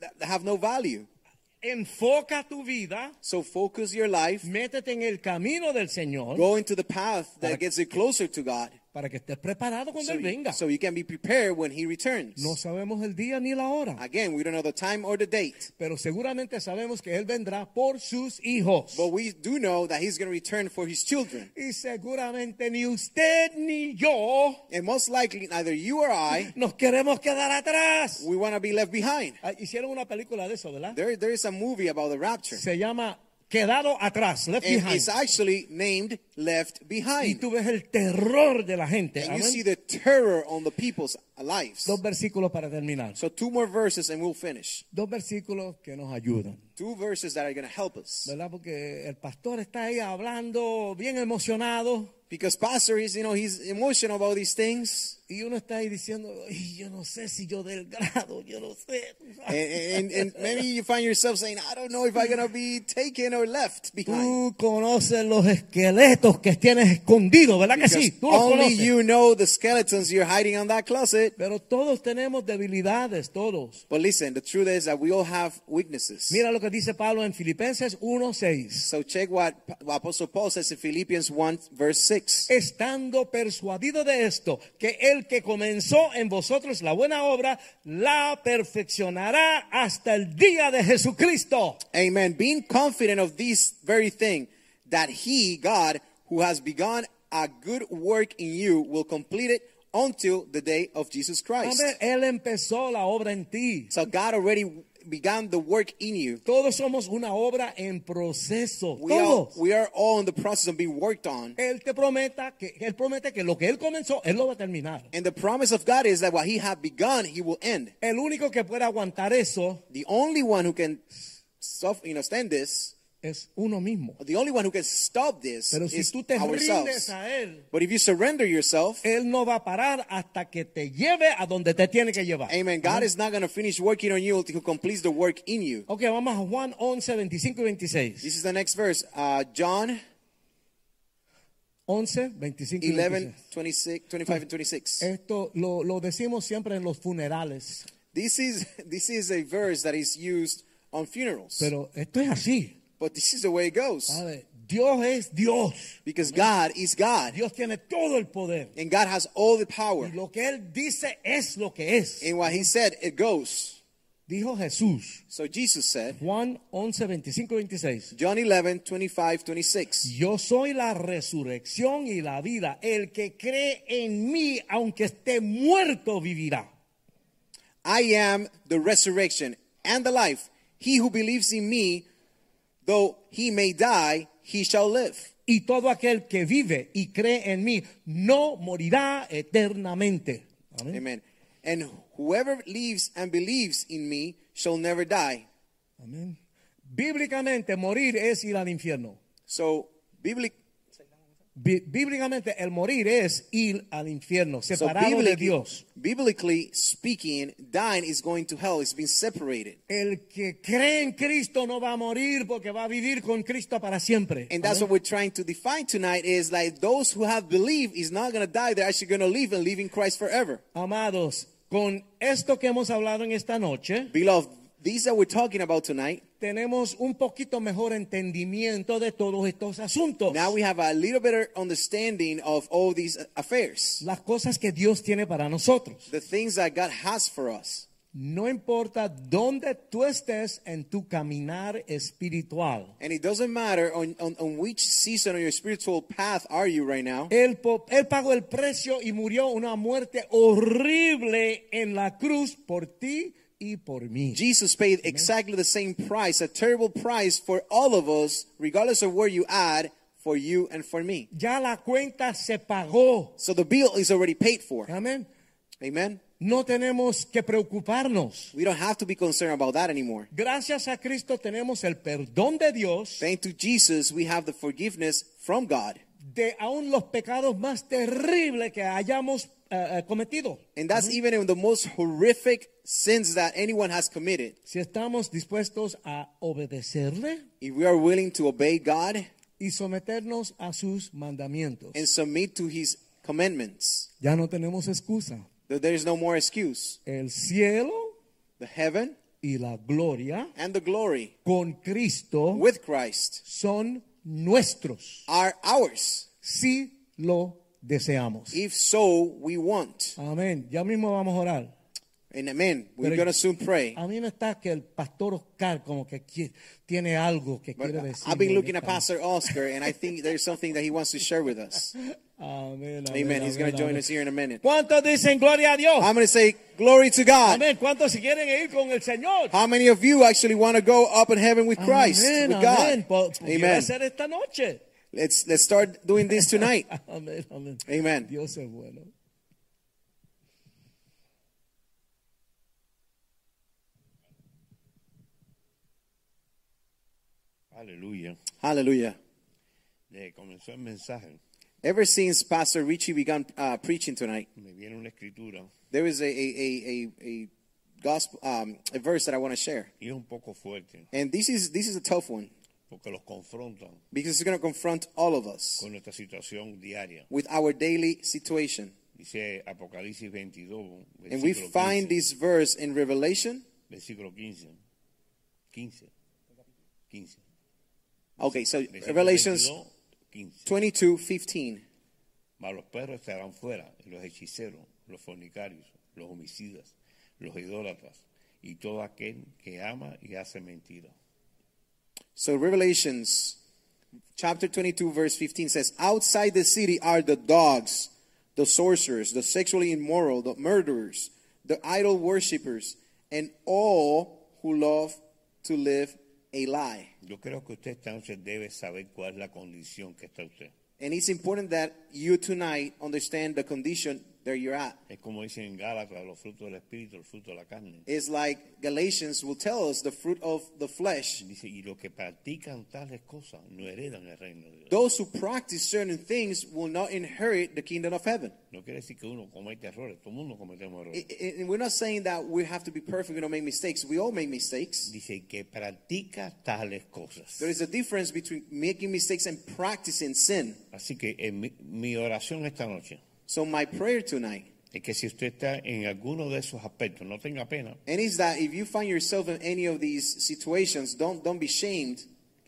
S3: that have no value.
S2: Enfoca tu vida,
S3: So focus your life.
S2: métete en el camino del Señor
S3: Go into the path that gets you closer to God.
S2: para que estés preparado cuando
S3: So
S2: Él venga.
S3: you, so you can be prepared when He returns.
S2: no sabemos el día ni la hora,
S3: Again, we don't know the time or the date.
S2: pero seguramente sabemos que Él vendrá por sus hijos.
S3: But we do know that he's going to return for his children.
S2: Y seguramente ni usted ni yo
S3: And most likely, neither you or I,
S2: nos queremos quedar atrás.
S3: we want to be left behind.
S2: Ah, Hicieron una película de eso, ¿verdad?
S3: There, there is a movie about the rapture.
S2: Se llama Quedado atrás, Left
S3: And
S2: Behind.
S3: it's actually named Left
S2: Y
S3: Behind.
S2: tú ves el terror de la gente.
S3: And you
S2: Amén.
S3: see the terror on the people's lives.
S2: Dos versículos para terminar.
S3: So two more verses and we'll finish.
S2: Dos versículos que nos ayudan.
S3: Two verses that are going to help us.
S2: ¿Verdad? Porque el pastor está ahí hablando bien emocionado
S3: Because pastor is, you know, he's emotional about these things.
S2: y uno está ahí diciendo, "Ay, yo no sé si yo del grado, yo no sé.
S3: And, and, and maybe you find yourself saying, I don't know if I'm going to be taken or left behind.
S2: Tú conoces los esqueletos que tienes escondidos, ¿verdad que
S3: Because
S2: sí? Tú los
S3: only
S2: conoces.
S3: you know the skeletons you're hiding on that closet.
S2: Pero todos tenemos debilidades, todos.
S3: But listen, the truth is that we all have weaknesses.
S2: Mira lo que dice Pablo en Filipenses 1:6.
S3: So check what Pa- what Apostle Paul says in Philippians 1, verse 6.
S2: Estando persuadido de esto, que el que comenzó en vosotros la buena obra, la perfeccionará hasta el día de Jesucristo.
S3: Amen. Being confident of this very thing, that he, God, who has begun a good work in you, will complete it until the day of Jesus Christ.
S2: Amén. Él empezó la obra en ti.
S3: So God already began the work in you.
S2: Todos somos una obra en proceso.
S3: We are,
S2: Todos.
S3: we are all in the process of being worked on.
S2: Él te prometa que él promete que lo que él comenzó, él lo va a terminar.
S3: And the promise of God is that what he had begun, he will end.
S2: El único que pueda aguantar eso
S3: The only one who can suffer, you know, stand this
S2: es uno mismo.
S3: The only one who can stop this
S2: Pero si
S3: is
S2: tú te rindes
S3: ourselves.
S2: a Él,
S3: But if you surrender yourself,
S2: Él no va a parar hasta que te lleve a donde te tiene que llevar. ¿Ah?
S3: amen, God is not going to finish working on you until He completes the work in you.
S2: Ok, vamos a Juan 11, 25 y 26.
S3: This is the next verse. Uh, John
S2: 11, 25 y
S3: 11,
S2: 26.
S3: 26, 25 and 26.
S2: Esto lo, lo decimos siempre en los funerales,
S3: This is, this is a verse that is used on funerals.
S2: pero Ah. esto es así.
S3: But this is the way it goes.
S2: ¿sabe? Dios es Dios.
S3: Because God is God.
S2: Dios tiene todo el poder.
S3: And God has all the power.
S2: Y lo que Él dice es lo que es.
S3: And what He said, it goes.
S2: Dijo Jesús.
S3: So Jesus said,
S2: Juan 11, 25 y 26.
S3: John 11, 25, 26.
S2: Yo soy la resurrección y la vida. El que cree en mí, aunque esté muerto, vivirá.
S3: I am the resurrection and the life. He who believes in me, though he may die, he shall live.
S2: Y todo aquel que vive y cree en mí no morirá eternamente. Amén.
S3: Amen. And whoever lives and believes in me shall never die.
S2: Amén. Bíblicamente, morir es ir al infierno.
S3: So, biblic-
S2: Bí- bíblicamente, el morir es ir al infierno,
S3: so
S2: separado de
S3: biblically,
S2: Dios.
S3: biblically speaking, dying is going to hell. It's been separated.
S2: El que cree en Cristo no va a morir porque va a vivir con Cristo para siempre.
S3: And that's
S2: Amén.
S3: what we're trying to define tonight is like those who have believed is not going to die. They're actually going to live and live in Christ forever.
S2: Amados, con esto que hemos hablado en esta noche,
S3: Beloved, these that we're talking about tonight,
S2: tenemos un poquito mejor entendimiento de todos estos asuntos.
S3: Now we have a little better understanding of all these affairs,
S2: las cosas que Dios tiene para nosotros.
S3: the things that God has for us.
S2: No importa dónde tú estés en tu caminar espiritual.
S3: And it doesn't matter on, on, on which season on your spiritual path are you right now.
S2: Él, po- él pagó el precio y murió una muerte horrible en la cruz por ti y por mí.
S3: Jesus paid exactly the same price, a terrible price for all of us, regardless of where you add, for you and for me.
S2: ya la cuenta se pagó.
S3: So the bill is already paid for.
S2: Amén.
S3: Amen.
S2: No tenemos que preocuparnos.
S3: We don't have to be concerned about that anymore.
S2: Gracias a Cristo tenemos el perdón de Dios
S3: Thanks to Jesus, we have the forgiveness from God.
S2: de aún los pecados más terribles que hayamos eh, eh, cometido.
S3: And that's even in the most horrific sins that anyone has committed.
S2: Si estamos dispuestos a obedecerle
S3: If we are willing to obey God
S2: y someternos a sus mandamientos,
S3: and submit to His commandments,
S2: ya no tenemos excusa.
S3: that there is no more excuse.
S2: El cielo
S3: The heaven
S2: y la gloria
S3: and the glory
S2: con Cristo
S3: with Christ
S2: son nuestros
S3: are ours,
S2: si lo deseamos.
S3: if so we want.
S2: Amén. Ya mismo vamos a orar.
S3: And amen. We're
S2: Pero-
S3: going to soon pray.
S2: A mí me está que el pastor Oscar como que qui- tiene algo que
S3: But
S2: quiere decir.
S3: I've been looking at Pastor Oscar, and I think there's something that he wants to share with us.
S2: Amén.
S3: Amen. He's going to join us here in a minute.
S2: ¿Cuántos dicen gloria a Dios?
S3: I'm going to say, Glory to God.
S2: Amén. ¿Cuántos si quieren ir con el Señor?
S3: How many of you actually want to go up in heaven with Christ,
S2: amén,
S3: with
S2: amén.
S3: God?
S2: Pues, Po- pudiera
S3: Amen.
S2: ser esta noche.
S3: Let's let's start doing this tonight.
S2: Amén, amén.
S3: Amen.
S2: Dios es bueno.
S4: Aleluya.
S3: Hallelujah.
S4: Desde que comenzó el mensaje,
S3: Ever since Pastor Richie began uh, preaching tonight,
S4: me viene una escritura
S3: there is a a a, a, a gospel um, a verse that I want to share,
S4: y es un poco fuerte
S3: and this is this is a tough one
S4: porque los confrontan
S3: because it's going to confront all of us
S4: con nuestra situación diaria.
S3: with our daily situation.
S4: Dice Apocalipsis 22,
S3: And we
S4: versículo 15.
S3: find this verse in Revelation.
S4: Versículo 15. 15. 15.
S3: Okay, so
S4: Versículo
S3: Revelations
S4: 22, 15.
S3: 22, 15.
S4: Mas los perros estarán fuera, y los hechiceros, los fornicarios, los homicidas, los idólatras y todo aquel que ama y hace mentira.
S3: So Revelations chapter 22 verse 15 says, "Outside the city are the dogs, the sorcerers, the sexually immoral, the murderers, the idol worshippers, and all who love to live a lie."
S4: Yo creo que usted esta noche debe saber cuál es la condición que está usted.
S3: And it's important that you tonight understand the condition there you're at.
S2: Es como dicen en Gálatas, los frutos del espíritu, el fruto de la carne.
S3: It's like Galatians will tell us the fruit of the flesh.
S2: Dice, y los que practican tales cosas no heredan el reino de Dios.
S3: Those who practice certain things will not inherit the kingdom of heaven.
S2: No quiere decir que uno comete errores, todo el mundo cometemos errores.
S3: I- I- And we're not saying that we have to be perfect, we don't make mistakes. We all make mistakes.
S2: Dice, "Y que practica tales cosas.
S3: There is a difference between making mistakes and practicing sin.
S2: Así que en mi, mi oración esta noche
S3: So, my prayer tonight,
S2: es que si usted está en alguno de esos aspectos, no tenga pena.
S3: and it's that if you find yourself in any of these situations, don't, don't be shamed.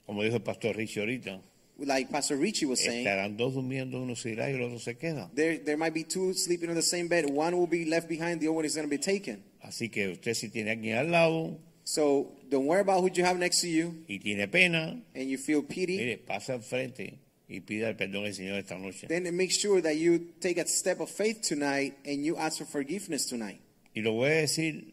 S2: Como dijo el pastor Richie ahorita,
S3: Like Pastor Richie was saying,
S2: estarán dos durmiendo, uno se irá y el otro se queda.
S3: there, there might be two sleeping on the same bed. One will be left behind, the other one is going to be taken.
S2: Así que usted si tiene a alguien al lado
S3: So, don't worry about who you have next to you
S2: y tiene pena,
S3: and you feel pity.
S2: mire, pasa al frente y pida el perdón al Señor esta noche.
S3: Then make sure that you take a step of faith tonight and you ask for forgiveness tonight.
S2: Y lo voy a decir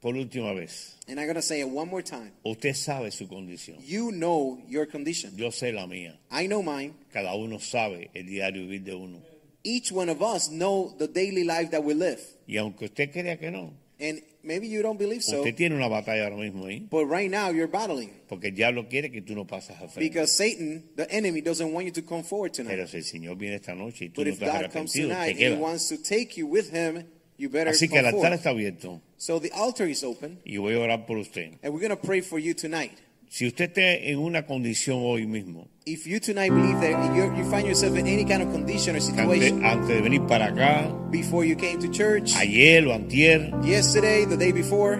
S2: por última vez.
S3: And I'm going to say it one more time.
S2: Usted sabe su condición.
S3: You know your condition.
S2: Yo sé la mía.
S3: I know mine.
S2: Cada uno sabe el diario vivir de uno.
S3: Each one of us know the daily life that we live.
S2: Y aunque usted crea que no,
S3: And maybe you don't believe so,
S2: usted tiene una batalla ahora mismo ahí.
S3: but right now you're battling
S2: Porque el diablo quiere que tú no pases al frente.
S3: because Satan, the enemy, doesn't want you to come forward
S2: Pero
S3: tonight.
S2: si el Señor viene esta noche y tú
S3: But
S2: no
S3: if
S2: estás
S3: God comes
S2: arrepentido, te
S3: tonight and he
S2: quedas.
S3: wants to take you with him, you better
S2: Así que el
S3: come forward.
S2: altar está abierto
S3: So the altar is open,
S2: y voy a orar por usted.
S3: and we're going to pray for you tonight.
S2: Si usted está en una condición hoy mismo,
S3: If you tonight believe that you you find yourself in any kind of condition or
S2: que antes,
S3: situation
S2: antes de venir para acá,
S3: before you came to church,
S2: ayer o antier,
S3: yesterday, the day before,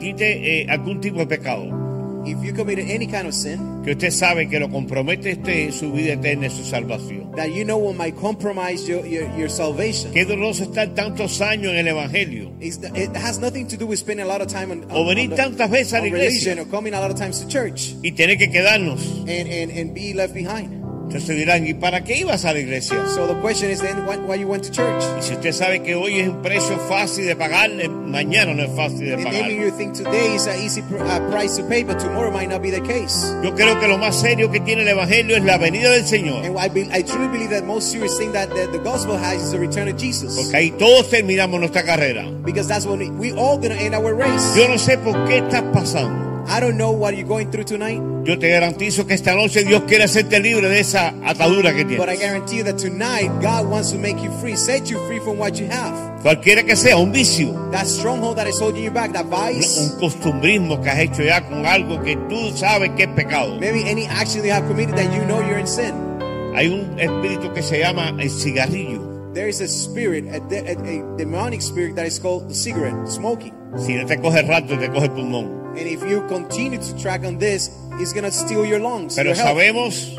S2: cometiste eh, algún tipo de pecado
S3: if you committed any kind of sin
S2: que usted sabe que lo compromete usted en su vida eterna, en su salvación.
S3: that you know will might compromise your, your, your salvation,
S2: Qué doloroso estar tantos años en el Evangelio
S3: It's the- it has nothing to do with spending a lot of time on, on,
S2: O venir
S3: on
S2: tantas veces a la
S3: on
S2: iglesia.
S3: religion or coming a lot of times to church
S2: y tener que quedarnos.
S3: and, and, and be left behind.
S2: Entonces dirán, ¿y para qué ibas a la iglesia?
S3: So the question is then why, why you went to church?
S2: Y si usted sabe que hoy es un precio fácil de pagar, eh, mañana no es fácil de
S3: And maybe
S2: pagar.
S3: you think today is an easy pr- uh, price to pay, but tomorrow might not be the case.
S2: Yo creo que lo más serio que tiene el Evangelio es la venida del Señor.
S3: And I, be, I truly believe that most serious thing that, that the gospel has is the return of Jesus.
S2: Porque ahí todos terminamos nuestra carrera.
S3: Because that's when we, we all gonna end our race.
S2: Yo no sé por qué estás pasando.
S3: I don't know what you're going through tonight,
S2: Yo te garantizo que esta noche Dios quiere hacerte libre de esa atadura que
S3: but I
S2: tienes.
S3: guarantee you that tonight God wants to make you free, set you free from what you have.
S2: Cualquiera que sea, un vicio,
S3: That stronghold that is holding you back, that
S2: un-
S3: vice.
S2: un costumbrismo que has hecho ya con algo que tú sabes que es pecado.
S3: Maybe any action you have committed that you know you're in sin.
S2: Hay un espíritu que se llama el cigarrillo.
S3: There is a spirit, a, de- a, a demonic spirit that is called the cigarette, smoking.
S2: Si no te coge el rato, te coge el pulmón.
S3: And if you continue to track on this, it's gonna steal your lungs.
S2: Pero
S3: your health.
S2: sabemos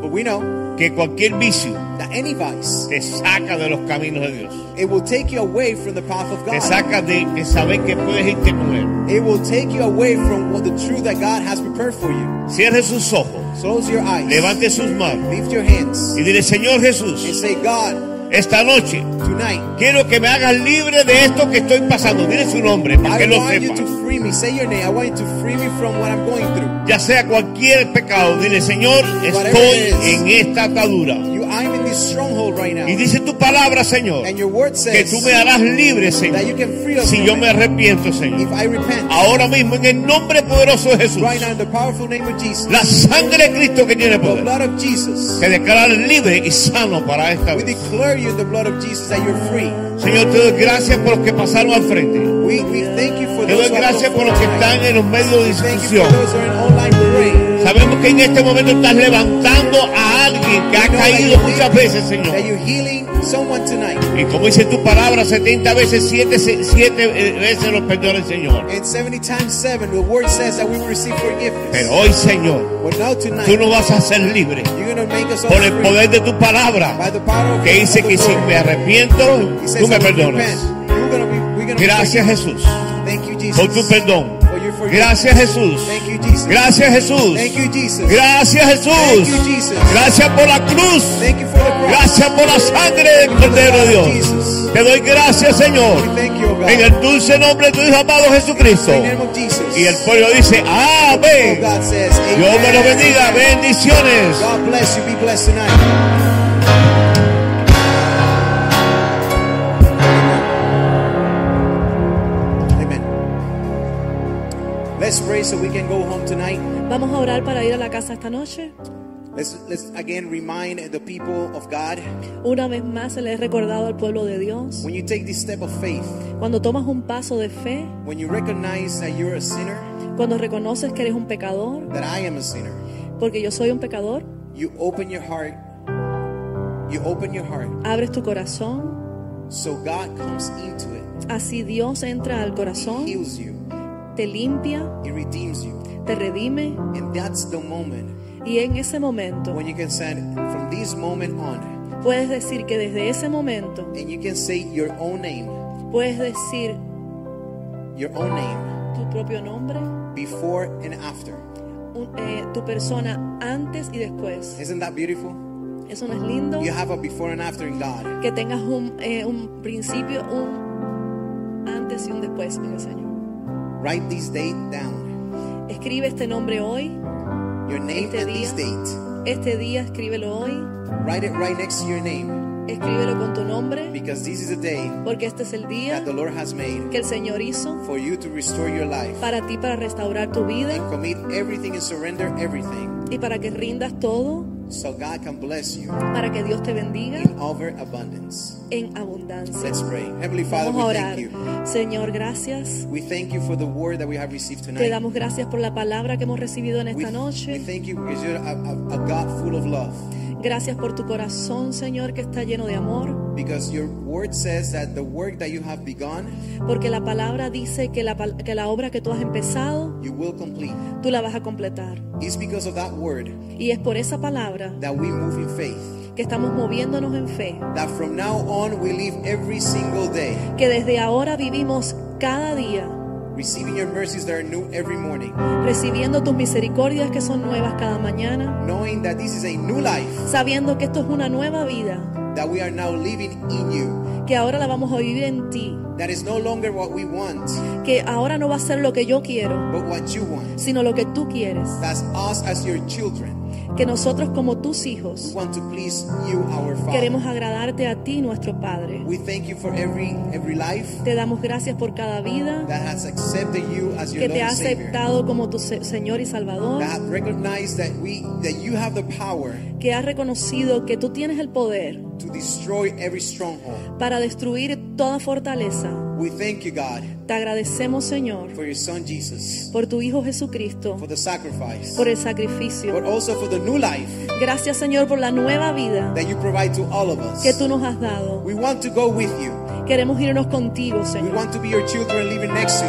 S3: But we know
S2: que cualquier vicio
S3: that any vice,
S2: te saca de los caminos de Dios.
S3: it will take you away from the path of God.
S2: Te saca de, de saber que puedes irte con Él.
S3: It will take you away from what the truth that God has prepared for you.
S2: Cierre sus ojos,
S3: Close your eyes.
S2: levante sus manos
S3: Lift your hands
S2: y dile, Señor
S3: and
S2: Jesús,
S3: say, God,
S2: esta noche
S3: tonight,
S2: quiero que me hagas libre de esto que estoy pasando. Dile su nombre para
S3: I
S2: que lo
S3: want you
S2: sepa.
S3: to free me. Say your name. I want you to free me from what I'm going through.
S2: Ya sea cualquier pecado, dile, Señor, estoy en esta atadura.
S3: You, I'm in this stronghold right now.
S2: Y dice tu palabra, Señor,
S3: And your word
S2: que
S3: says
S2: tú me harás libre,
S3: that
S2: Señor,
S3: you can free us
S2: si
S3: from
S2: yo me
S3: it.
S2: arrepiento,
S3: If
S2: Señor.
S3: I repent,
S2: Ahora mismo, en el nombre poderoso de Jesús,
S3: right now in the powerful name of Jesus,
S2: la sangre de Cristo que tiene
S3: the
S2: poder.
S3: blood of Jesus,
S2: Te declaras libre y sano para esta
S3: we
S2: vez.
S3: declare you in the blood of Jesus that you're free.
S2: Señor, te doy gracias por los que pasaron al frente.
S3: We, we thank you for
S2: Te
S3: those
S2: doy
S3: who have
S2: gracias
S3: come
S2: por los que
S3: forward
S2: están
S3: tonight.
S2: en los medios de
S3: Thank you
S2: distribución.
S3: for those who are in online prayer.
S2: Sabemos que en este momento estás levantando a alguien que ha
S3: We know that
S2: caído
S3: you're
S2: muchas
S3: healing-
S2: veces, Señor.
S3: That you're healing someone tonight.
S2: Y como dice tu palabra, 70 veces, 7, eh, veces los perdones, Señor.
S3: And 70 times 7, the word says that we will receive forgiveness.
S2: Pero hoy, Señor,
S3: but now
S2: tú
S3: tonight,
S2: nos vas a hacer libre
S3: you're going to make us all
S2: por el
S3: free.
S2: poder de tu palabra
S3: By the power of
S2: que dice
S3: of
S2: que
S3: the
S2: si
S3: word.
S2: me arrepiento,
S3: He says
S2: tú me
S3: that when we
S2: perdonas.
S3: repent, you're gonna be- we're gonna be
S2: Gracias,
S3: forgiven.
S2: Jesús.
S3: Thank you, Jesus.
S2: por tu perdón.
S3: For your forgiveness.
S2: Gracias Jesús.
S3: Thank you, Jesus.
S2: Gracias Jesús.
S3: Thank you, Jesus.
S2: Gracias
S3: Thank you,
S2: Jesús.
S3: Jesus.
S2: Gracias por la cruz.
S3: Thank you for the cross.
S2: Gracias por la sangre del Cordero de Dios. Te doy gracias
S3: We
S2: Señor.
S3: thank you, O God.
S2: En el dulce nombre de tu Hijo amado Jesucristo.
S3: In the name of Jesus.
S2: Y el pueblo dice,
S3: Oh,
S2: amén.
S3: God says,
S2: Dios me lo
S3: Amen.
S2: bendiga. Bendiciones.
S3: God bless you. Be blessed tonight. Let's pray so we can go home tonight.
S5: Vamos a orar para ir a la casa esta noche.
S3: Let's, let's again remind the people of God
S5: Una vez más se le he recordado al pueblo de Dios.
S3: when you take this step of faith,
S5: Cuando tomas un paso de fe,
S3: when you recognize that you're a sinner,
S5: cuando reconoces que eres un pecador,
S3: that I am a sinner,
S5: porque yo soy un pecador,
S3: you open your heart. You open your heart
S5: abres tu corazón,
S3: so God comes into it,
S5: así Dios entra al corazón,
S3: heals you,
S5: te limpia,
S3: He redeems you.
S5: te redime
S3: And that's the moment
S5: y en ese momento
S3: when you can say, from this moment on,
S5: puedes decir que desde ese momento
S3: and you can say your own name,
S5: puedes decir
S3: your own name,
S5: tu propio nombre,
S3: before and after.
S5: un- eh, tu persona antes y después.
S3: Isn't that beautiful?
S5: Eso no es lindo.
S3: Eh, You have a before and after in God.
S5: Que tengas un, eh, un principio, un antes y un después en el Señor.
S3: Write this date down.
S5: Escribe este nombre hoy,
S3: Your name
S5: Este
S3: and this
S5: día.
S3: date.
S5: este día, escríbelo hoy,
S3: Write it right next to your name
S5: escríbelo con tu nombre,
S3: because this is a day
S5: porque este es el día
S3: that the Lord has made
S5: que el Señor hizo
S3: for you to restore your life
S5: para ti, para restaurar tu
S3: and
S5: vida
S3: commit everything and surrender everything
S5: y para que rindas todo,
S3: so God can bless you
S5: para que Dios te bendiga
S3: in overabundance.
S5: en abundancia.
S3: Let's pray. Heavenly Father,
S5: Vamos a
S3: we
S5: orar.
S3: thank you.
S5: Señor, gracias.
S3: We thank you for the word that we have received
S5: Te
S3: tonight.
S5: damos gracias por la palabra que hemos recibido en
S3: We,
S5: esta
S3: we
S5: noche.
S3: thank you because you're a, a, a God full of love.
S5: Gracias por tu corazón, Señor, que está lleno de amor.
S3: Because your word says that the work that you have begun,
S5: Porque la palabra dice que la, pal- que la obra que tú has empezado,
S3: you will complete.
S5: tú la vas a completar.
S3: It's because of that word
S5: Y es por esa palabra
S3: that we move in faith.
S5: que estamos moviéndonos en fe.
S3: That from now on we live every single day,
S5: Que desde ahora vivimos cada día
S3: receiving your mercies that are new every morning,
S5: recibiendo tus misericordias que son nuevas cada mañana.
S3: knowing that this is a new life
S5: Sabiendo que esto es una nueva vida,
S3: that we are now living in you.
S5: que ahora la vamos a vivir en ti.
S3: That is no longer what we want,
S5: Que ahora no va a ser lo que yo quiero,
S3: but what you want.
S5: sino lo que tú quieres.
S3: That's us as your children.
S5: Que nosotros como tus
S3: We
S5: hijos
S3: want to please you, our
S5: queremos
S3: Father.
S5: agradarte a ti, nuestro Padre.
S3: We thank you for every every life
S5: Te damos gracias por cada vida
S3: that has accepted you as your
S5: que
S3: Lord
S5: te ha
S3: and Savior.
S5: aceptado como tu se- Señor y Salvador,
S3: That have recognized that we that you have the power
S5: que has reconocido que tú tienes el poder
S3: to destroy every stronghold.
S5: para destruir toda fortaleza.
S3: We thank you, God,
S5: Te agradecemos, Señor,
S3: for your son Jesus,
S5: por tu Hijo Jesucristo,
S3: for the sacrifice,
S5: por el sacrificio.
S3: but also for the new life
S5: Gracias, Señor, por la nueva vida
S3: that you provide to all of us.
S5: que tú nos has dado.
S3: We want to go with you.
S5: Queremos irnos contigo,
S3: We
S5: Señor.
S3: want to be your children living next to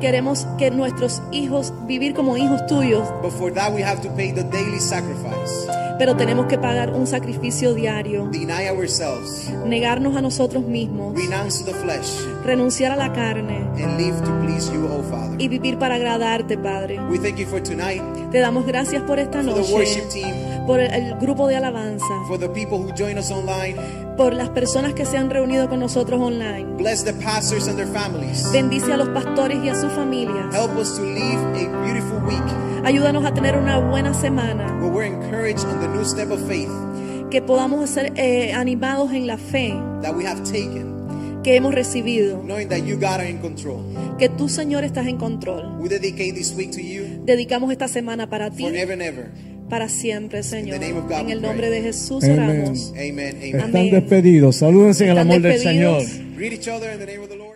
S5: Queremos que nuestros hijos vivir como hijos tuyos,
S3: you. But for that, we have to pay the daily sacrifice,
S5: pero tenemos que pagar un sacrificio diario,
S3: deny ourselves,
S5: negarnos a nosotros mismos,
S3: renounce the flesh,
S5: renunciar a la carne
S3: and live to please you, O Father.
S5: y vivir para agradarte, Padre.
S3: We thank you for tonight,
S5: Te damos gracias por esta
S3: for the worship
S5: noche,
S3: team,
S5: por el, el grupo de alabanza,
S3: for the people who join us online.
S5: por las personas que se han reunido con nosotros online.
S3: Bless the pastors and their families.
S5: Bendice a los pastores y a sus familias.
S3: Help us to live a beautiful week
S5: Ayúdanos a tener una buena semana,
S3: where we're encouraged in the new step of faith
S5: que podamos ser eh, animados en la fe
S3: that we have taken,
S5: que hemos recibido,
S3: knowing that you, God, are in control.
S5: que tú, Señor, estás en control.
S3: We dedicate this week to you
S5: Dedicamos esta semana para ti,
S3: forever and ever.
S5: para siempre, Señor.
S3: name of God
S5: En
S3: we
S5: el
S3: pray.
S5: nombre de Jesús
S2: Amen.
S5: oramos.
S3: Amen. Amen.
S2: Están
S5: Amén.
S2: despedidos. Salúdense en el
S5: Están
S2: amor del
S5: despedidos.
S2: Señor.
S3: Greet each other in the name of the Lord.